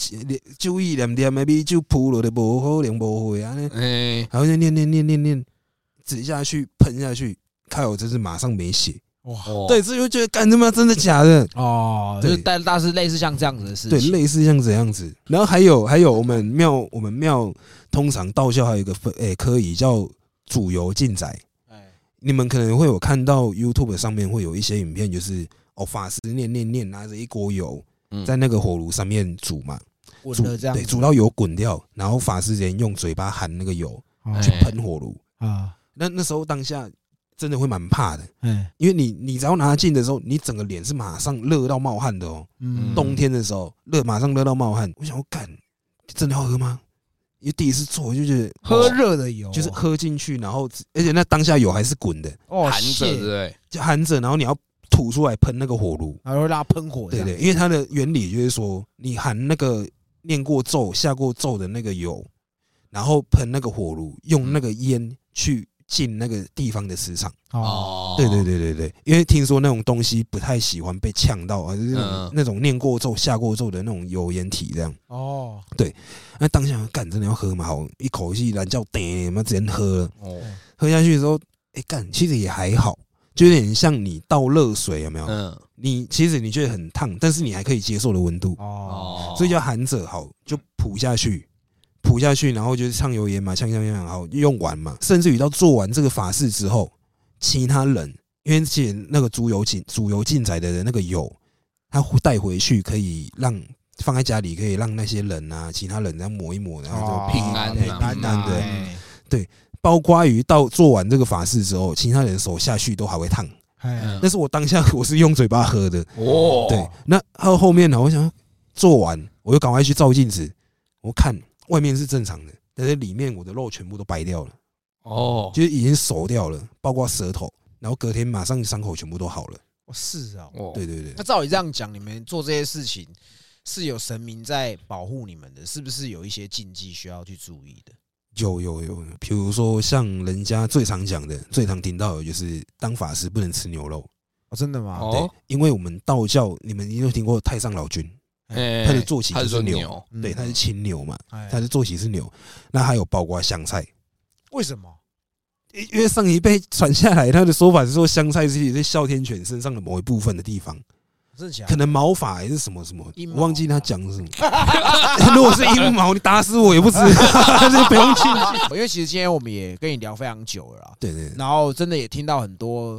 Speaker 2: 酒一两点，妈米酒扑落的无好两无回啊呢。
Speaker 3: 哎，
Speaker 2: 然后就念念念念念，指下去喷下去，靠，我真是马上没血。
Speaker 1: 哇，
Speaker 3: 哦
Speaker 2: 对，这就觉得干他妈真的假的？
Speaker 1: 哦，就是
Speaker 2: 对
Speaker 1: 大大是类似像这样子的事
Speaker 2: 对，
Speaker 1: 情，
Speaker 2: 类似像这样子。然后还有还有，我们庙我们庙通常道教还有一个分诶、科仪叫主游进宅。
Speaker 1: 哎
Speaker 2: 你们可能会有看到 YouTube 上面会有一些影片，就是哦法师念念念拿着一锅油
Speaker 3: 嗯
Speaker 2: 在那个火炉上面煮嘛，
Speaker 1: 稳
Speaker 2: 煮
Speaker 1: 的这样
Speaker 2: 对，
Speaker 1: 子，
Speaker 2: 煮到油滚掉，然后法师人用嘴巴含那个油
Speaker 1: 哦
Speaker 2: 去
Speaker 3: 哎
Speaker 2: 喷火炉。
Speaker 1: 啊，
Speaker 2: 那那时候当下真的会蛮怕的，
Speaker 1: 哎，
Speaker 2: 因为你你只要拿近的时候，你整个脸是马上热到冒汗的哦。
Speaker 1: 嗯，
Speaker 2: 冬天的时候热，马上热到冒汗。我想，我干，真的要喝吗？因为第一次做，我就觉得
Speaker 1: 喝
Speaker 2: 哦
Speaker 1: 热的油，
Speaker 2: 就是喝进去，然后而且那当下油还是滚的，
Speaker 1: 哦，
Speaker 3: 含着对不
Speaker 1: 血
Speaker 3: 对？
Speaker 2: 就含着，然后你要吐出来喷那个火炉。
Speaker 1: 然后会让它喷火，
Speaker 2: 对，对，因为它的原理就是说，你含那个念过咒、下过咒的那个油，然后喷那个火炉，用那个烟去进那个地方的磁场。
Speaker 1: 哦，
Speaker 2: 对对，对对对，因为听说那种东西不太喜欢被呛到，而是那
Speaker 3: 嗯
Speaker 2: 种那种念过咒、下过咒的那种油烟体这样。
Speaker 1: 哦，
Speaker 2: 那当下干真的要喝嘛？好，一口气蓝叫顶，妈直接喝了。
Speaker 3: 哦，
Speaker 2: 喝下去的时候，哎、干，其实也还好，就有点像你倒热水，有没有？
Speaker 3: 嗯，
Speaker 2: 你其实你觉得很烫，但是你还可以接受的温度，
Speaker 1: 哦，
Speaker 2: 所以就含着好，就扑下去，扑下去，然后就是唱油盐嘛，呛呛呛，好用完嘛。甚至于到做完这个法事之后，其他人因为其实那个猪油进猪油进仔的那个油，他带回去可以让。放在家里可以让那些人啊，其他人然后抹一抹，然后
Speaker 1: 哦
Speaker 2: 就
Speaker 3: 平安
Speaker 2: 对
Speaker 3: 啊
Speaker 2: 哦平安
Speaker 3: 对
Speaker 2: 的。
Speaker 1: 哎
Speaker 2: 包括于到做完这个法事之后，其他人手下去都还会烫。
Speaker 1: 哎，
Speaker 2: 但是我当下 我是用嘴巴喝的，
Speaker 3: 嗯哦，
Speaker 2: 对。那还有后面呢，我想做完，我就赶快去照镜子，我看外面是正常的，但是里面我的肉全部都白掉了，
Speaker 3: 哦，
Speaker 2: 就是已经熟掉了，包括舌头。然后隔天马上伤口全部都好了。
Speaker 1: 哦是哦，
Speaker 3: 哦，
Speaker 2: 对对对
Speaker 1: 那，照你这样讲，你们做这些事情是有神明在保护你们的，是不是有一些禁忌需要去注意的？
Speaker 2: 有有有，比如说像人家最常讲的、最常听到的就是当法师不能吃牛肉，
Speaker 1: 哦，真的吗？
Speaker 2: 对
Speaker 3: 哦，，
Speaker 2: 因为我们道教，你们一定有听过太上老君，
Speaker 3: 哎
Speaker 2: 他的坐骑
Speaker 3: 他
Speaker 2: 就是是
Speaker 3: 说
Speaker 2: 牛，
Speaker 3: 牛，
Speaker 1: 嗯
Speaker 2: 对，它是青牛嘛，
Speaker 1: 哎
Speaker 2: 它是坐骑是牛，那还有包括香菜，
Speaker 1: 为什么？
Speaker 2: 因因为上一辈传下来，他的说法是说香菜是在哮天犬身上的某一部分的地方，
Speaker 1: 真的假
Speaker 2: 可
Speaker 1: 的？
Speaker 2: 能毛发还是什么什么
Speaker 1: 阴，毛啊
Speaker 2: 我忘记他讲什么。 如果是阴毛，你打死我也不知，这不用去。
Speaker 1: 因为 其实今天我们也跟你聊非常久了啦，啊
Speaker 2: 对对，对
Speaker 1: 然后真的也听到很多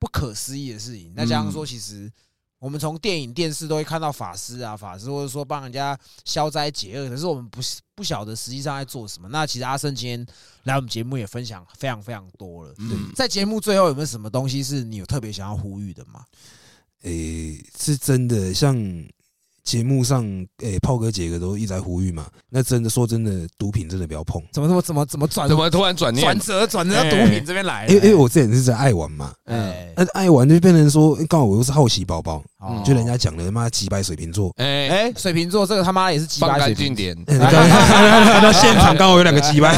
Speaker 1: 不可思议的事情。那加上说，
Speaker 3: 嗯
Speaker 1: 其实我们从电影、电视都会看到法师啊，法师或者说帮人家消灾解厄，可是我们不是不晓得实际上在做什么。那其实阿胜今天来我们节目也分享非常非常多了。
Speaker 3: 嗯，
Speaker 1: 在节目最后有没有什么东西是你有特别想要呼吁的吗？
Speaker 2: 诶，是真的像。节目上，诶、炮哥、杰哥都一直在呼吁嘛。那真的说真的，毒品真的不要碰。
Speaker 1: 怎么怎么怎么怎么转
Speaker 3: 怎么突然转念？哎
Speaker 1: 转折转折到毒品这边来了？
Speaker 2: 因为因为我之前是在爱玩嘛，
Speaker 3: 嗯
Speaker 1: 哎
Speaker 2: 那爱玩就变成说，诶刚好我又是好奇宝宝，
Speaker 3: 嗯
Speaker 1: 哦
Speaker 2: 就人家讲的他妈几百水瓶座，
Speaker 3: 哎，
Speaker 1: 哎水瓶座这个他妈也是几
Speaker 3: 放
Speaker 1: 百
Speaker 3: 干
Speaker 1: 水瓶
Speaker 3: 净点，
Speaker 2: 欸、刚那现场刚好有两个鸡掰，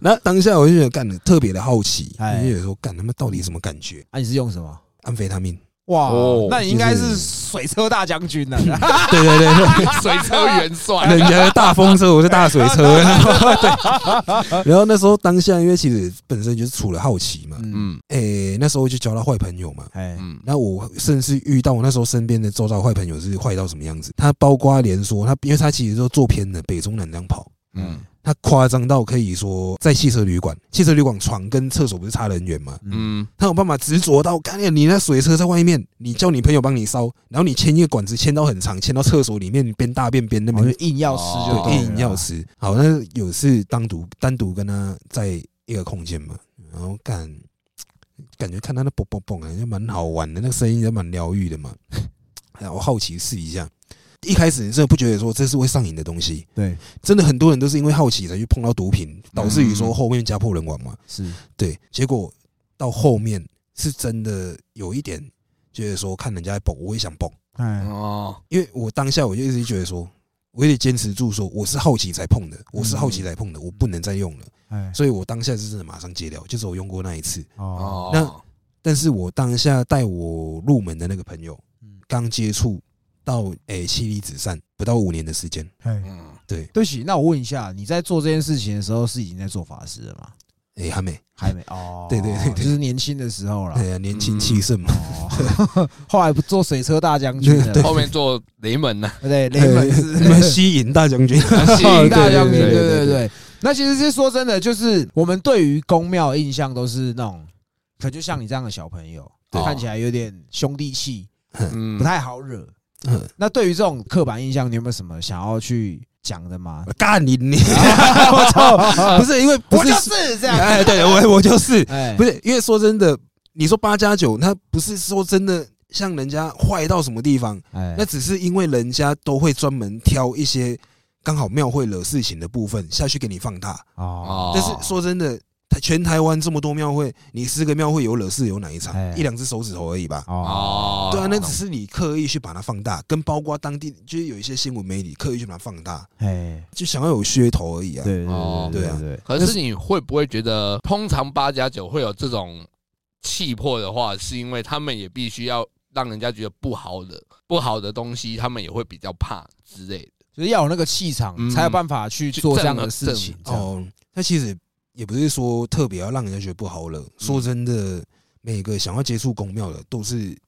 Speaker 2: 那当下我就觉得干的特别的好奇，
Speaker 1: 哎
Speaker 2: 因为有时候干他们到底什么感觉？
Speaker 1: 啊？你是用什么？
Speaker 2: 安非他命，
Speaker 1: 哇
Speaker 3: 哦，
Speaker 1: 那你应该是
Speaker 2: 就是
Speaker 1: 水车大将军呢。啊
Speaker 2: 对对对对，
Speaker 3: 水车元帅，
Speaker 2: 人家的大风车，我是大水车，对。然后那时候当下，因为其实本身就是除了好奇嘛，
Speaker 1: 嗯，
Speaker 3: 嗯
Speaker 2: 诶、那时候就交到坏朋友嘛。
Speaker 1: 哎，
Speaker 3: 嗯，
Speaker 2: 那我甚至遇到我那时候身边的周遭坏朋友是坏到什么样子？他包括连说他，因为他其实都做偏了，北中南这样跑。
Speaker 3: 嗯，
Speaker 2: 它夸张到可以说，在汽车旅馆，汽车旅馆床跟厕所不是差得很远吗？
Speaker 3: 嗯，
Speaker 2: 他有办法执着到，干你那水车在外面，你叫你朋友帮你烧，然后你牵一个管子牵到很长，牵到厕所里面，边大便边那
Speaker 1: 我就
Speaker 2: 边
Speaker 1: 硬要吃就
Speaker 3: 哦
Speaker 1: 对了
Speaker 2: 对硬要吃。好，那有次单独单独跟他在一个空间嘛，然后干感觉看他那蹦蹦蹦，感觉蛮好玩的，那个声音也蛮疗愈的嘛。 然后我好奇试一下，一开始你真的不觉得说这是会上瘾的东西，
Speaker 1: 对
Speaker 2: 真的很多人都是因为好奇才去碰到毒品，导致于
Speaker 1: 嗯
Speaker 2: 说后面家破人亡嘛。
Speaker 1: 是
Speaker 2: 对，结果到后面是真的有一点觉得说，看人家在蹦，我也想蹦，嗯
Speaker 1: 哎
Speaker 3: 哦，
Speaker 2: 因为我当下我就一直觉得说，我也得坚持住，说我是好奇才碰的，我是好奇才碰
Speaker 1: 嗯
Speaker 2: 的，我不能再用了，
Speaker 1: 哎
Speaker 2: 所以我当下是真的马上戒掉，就是我用过那一次。
Speaker 1: 哦
Speaker 3: 哦，
Speaker 2: 那但是我当下带我入门的那个朋友
Speaker 1: 嗯，
Speaker 2: 刚接触到诶妻离子散不到五年的时间，
Speaker 1: 哎，
Speaker 3: 嗯，
Speaker 1: 对不起，那我问一下，你在做这件事情的时候是已经在做法师了 吗？
Speaker 2: 诶还没，
Speaker 1: 还没啊嗯哦，
Speaker 2: 对对对对
Speaker 1: 就是年轻的时候啦。
Speaker 2: 哎呀年轻气盛嘛，
Speaker 1: 哦， 后来不做水车大将军的，
Speaker 2: 对
Speaker 3: 后面做雷 门呢，
Speaker 1: 对 雷门是
Speaker 2: 哎吸引大将军，
Speaker 3: 吸引
Speaker 1: 大将军， 对
Speaker 2: 对对
Speaker 1: 对
Speaker 2: 对
Speaker 1: 对。那其实是说真的，就是我们对于公庙的印象都是那种，可就像你这样的小朋友，
Speaker 3: 对
Speaker 1: 看起来有点兄弟气，
Speaker 3: 嗯
Speaker 1: 不，太好惹。
Speaker 2: 嗯
Speaker 1: 那对于这种刻板印象，你有没有什么想要去讲的吗？
Speaker 2: 干你 你，我操，不是因为呃不
Speaker 1: 我
Speaker 2: 是
Speaker 1: 就是这样，
Speaker 2: 哎，对我我就是，
Speaker 1: 哎，
Speaker 2: 不
Speaker 1: 是
Speaker 2: 是因为说真的，你说八加九，那不是说真的像人家坏到什么地方，
Speaker 1: 哎
Speaker 2: 那只是因为人家都会专门挑一些刚好庙会惹事情的部分下去给你放大。
Speaker 1: 哦，
Speaker 3: 哦
Speaker 2: 但是说真的，台全台湾这么多庙会，你十个庙会有惹事有哪一场
Speaker 1: 哎？
Speaker 2: 一两只手指头而已吧。
Speaker 1: 哦，
Speaker 3: 哦，
Speaker 2: 对啊，那只是你刻意去把它放大，跟包括当地就是有一些新闻媒体刻意去把它放大，
Speaker 1: 哎，
Speaker 2: 就想要有噱头而已啊。
Speaker 1: 对对
Speaker 3: 哦
Speaker 1: 对
Speaker 2: 对啊
Speaker 1: 对对，
Speaker 3: 可是你会不会觉得，通常八加九会有这种气魄的话，是因为他们也必须要让人家觉得不好的、不好的东西，他们也会比较怕之类的。
Speaker 1: 就是要有那个气场，
Speaker 3: 嗯
Speaker 1: 才有办法去做这样的事情。这样
Speaker 2: 哦，那其实也不是说特别要让人家觉得不好
Speaker 1: 嗯
Speaker 2: 了。说真的，每个想要接触公庙的，都是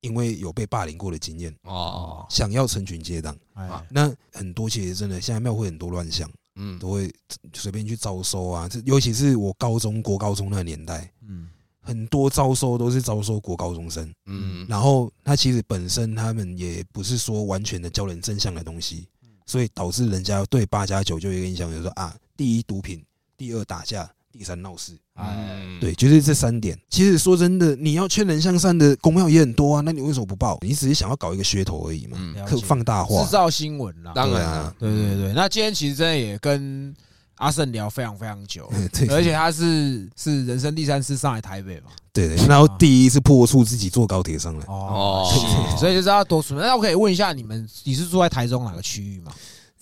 Speaker 2: 因为有被霸凌过的经验，
Speaker 3: 哦，
Speaker 2: 想要成群结党。
Speaker 1: 哎，
Speaker 2: 那很多其实真的，现在庙会很多乱象，
Speaker 3: 嗯，
Speaker 2: 都会随便去招收啊。这尤其是我高中国高中那个年代，
Speaker 1: 嗯，
Speaker 2: 很多招收都是招收国高中生，
Speaker 3: 嗯，
Speaker 2: 然后他其实本身他们也不是说完全的教人正向的东西，所以导致人家对八加九就有一个印象，就是说啊，第一毒品，第二打架，第三闹事。
Speaker 1: 哎，
Speaker 3: 嗯
Speaker 2: 对，，就是这三点。其实说真的，你要劝人向善的公庙也很多啊，那你为什么不报？你只是想要搞一个噱头而已嘛，
Speaker 3: 嗯，
Speaker 1: 了
Speaker 2: 可
Speaker 1: 解
Speaker 2: 放大化
Speaker 1: 制。造新闻啦。
Speaker 3: 当
Speaker 2: 对
Speaker 3: 然
Speaker 2: 啊
Speaker 3: 了，
Speaker 1: 对对对，那今天其实真的也跟阿胜聊非常非常久，
Speaker 2: 嗯 对，
Speaker 1: 而且他是是人生第三次上来台北嘛，
Speaker 2: 对对，然后第一次破处自己坐高铁上来，
Speaker 1: 哦，
Speaker 3: 哦
Speaker 1: 是所以就是要多出门。那我可以问一下你们，你是住在台中哪个区域嘛？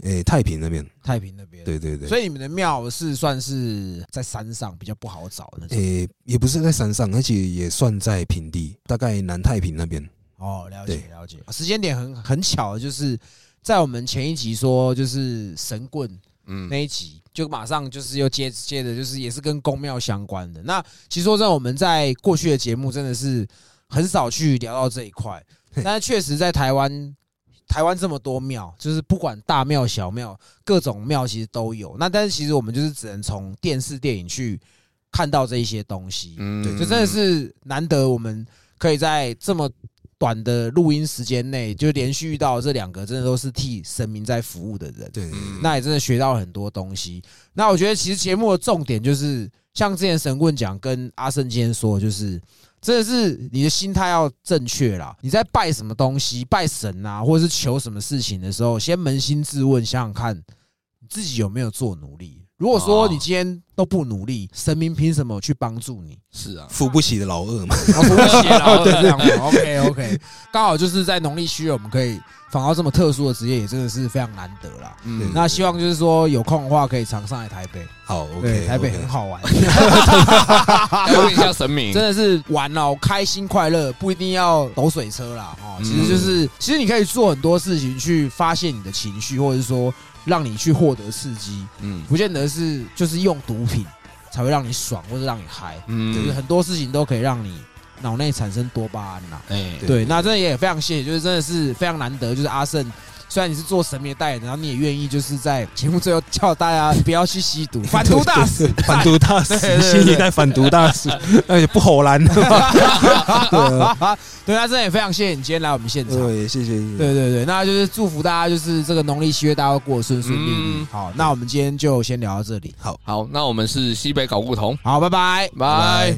Speaker 2: 诶，太平那边，
Speaker 1: 太平那边。
Speaker 2: 对对对，
Speaker 1: 所以你们的庙是算是在山上比较不好找的那种。
Speaker 2: 诶，也不是在山上，而且也算在平地，大概南太平那边。
Speaker 1: 哦，了
Speaker 2: 对
Speaker 1: 解了解。时间点很很巧，就是在我们前一集说就是神棍
Speaker 3: 嗯，
Speaker 1: 那一集，就马上就是又接接着就是也是跟宫庙相关的。那其实说真的，我们在过去的节目真的是很少去聊到这一 块，
Speaker 2: 嘿
Speaker 1: 但是确实在台湾。台湾这么多庙，就是不管大庙、小庙，各种庙其实都有。那但是其实我们就是只能从电视、电影去看到这一些东西。
Speaker 3: 嗯，
Speaker 1: 就真的是难得我们可以在这么短的录音时间内，就连续遇到这两个真的都是替神明在服务的人，
Speaker 2: 对对对
Speaker 3: 嗯
Speaker 1: 那也真的学到很多东西。那我觉得其实节目的重点就是，像之前神棍讲跟阿胜今天说的，就是真的是你的心态要正确啦。你在拜什么东西、拜神啊，或者是求什么事情的时候，先扪心自问，想想看你自己有没有做努力。如果说你今天都不努力，神明凭什么去帮助你？
Speaker 3: 是啊，
Speaker 2: 扶不起的老二嘛。
Speaker 1: 哦，不会写了， 对对，OK OK，刚好就是在农历七月，我们可以访到这么特殊的职业，也真的是非常难得啦。
Speaker 3: 嗯，
Speaker 1: 那希望就是说有空的话，可以常上来台北，
Speaker 2: 好，OK，
Speaker 1: 对，台北
Speaker 2: OK
Speaker 1: 很好 玩，
Speaker 3: 要问一下神明，
Speaker 1: 真的是玩哦，开心快乐，不一定要抖水车啦，哦，
Speaker 2: 嗯
Speaker 1: 其实就是，其实你可以做很多事情去发泄你的情绪，或者是说让你去获得刺激，
Speaker 3: 嗯
Speaker 1: 不见得是就是用毒品才会让你爽或者让你嗨，就是
Speaker 3: 嗯，
Speaker 1: 很多事情都可以让你脑内产生多巴胺呐、
Speaker 3: 哎，
Speaker 1: 对，那真的也非常谢谢，就是真的是非常难得，就是阿胜虽然你是做神明的代言人，然后你也愿意就是在节目最后叫大家不要去吸 毒，反毒大使，
Speaker 2: 反毒 大使，新一代反毒大 使，而且不吼蓝的嘛。
Speaker 1: 对啊，真的也非常谢谢你今天来我们现场。
Speaker 2: 对，谢谢。谢谢
Speaker 1: 对对对，那就是祝福大家，就是这个农历七月大家都过得顺顺利利。
Speaker 3: 嗯
Speaker 1: 好，那我们今天就先聊到这里。好，
Speaker 3: 好，那我们是西北搞不同，
Speaker 1: 好，拜拜。
Speaker 3: 拜。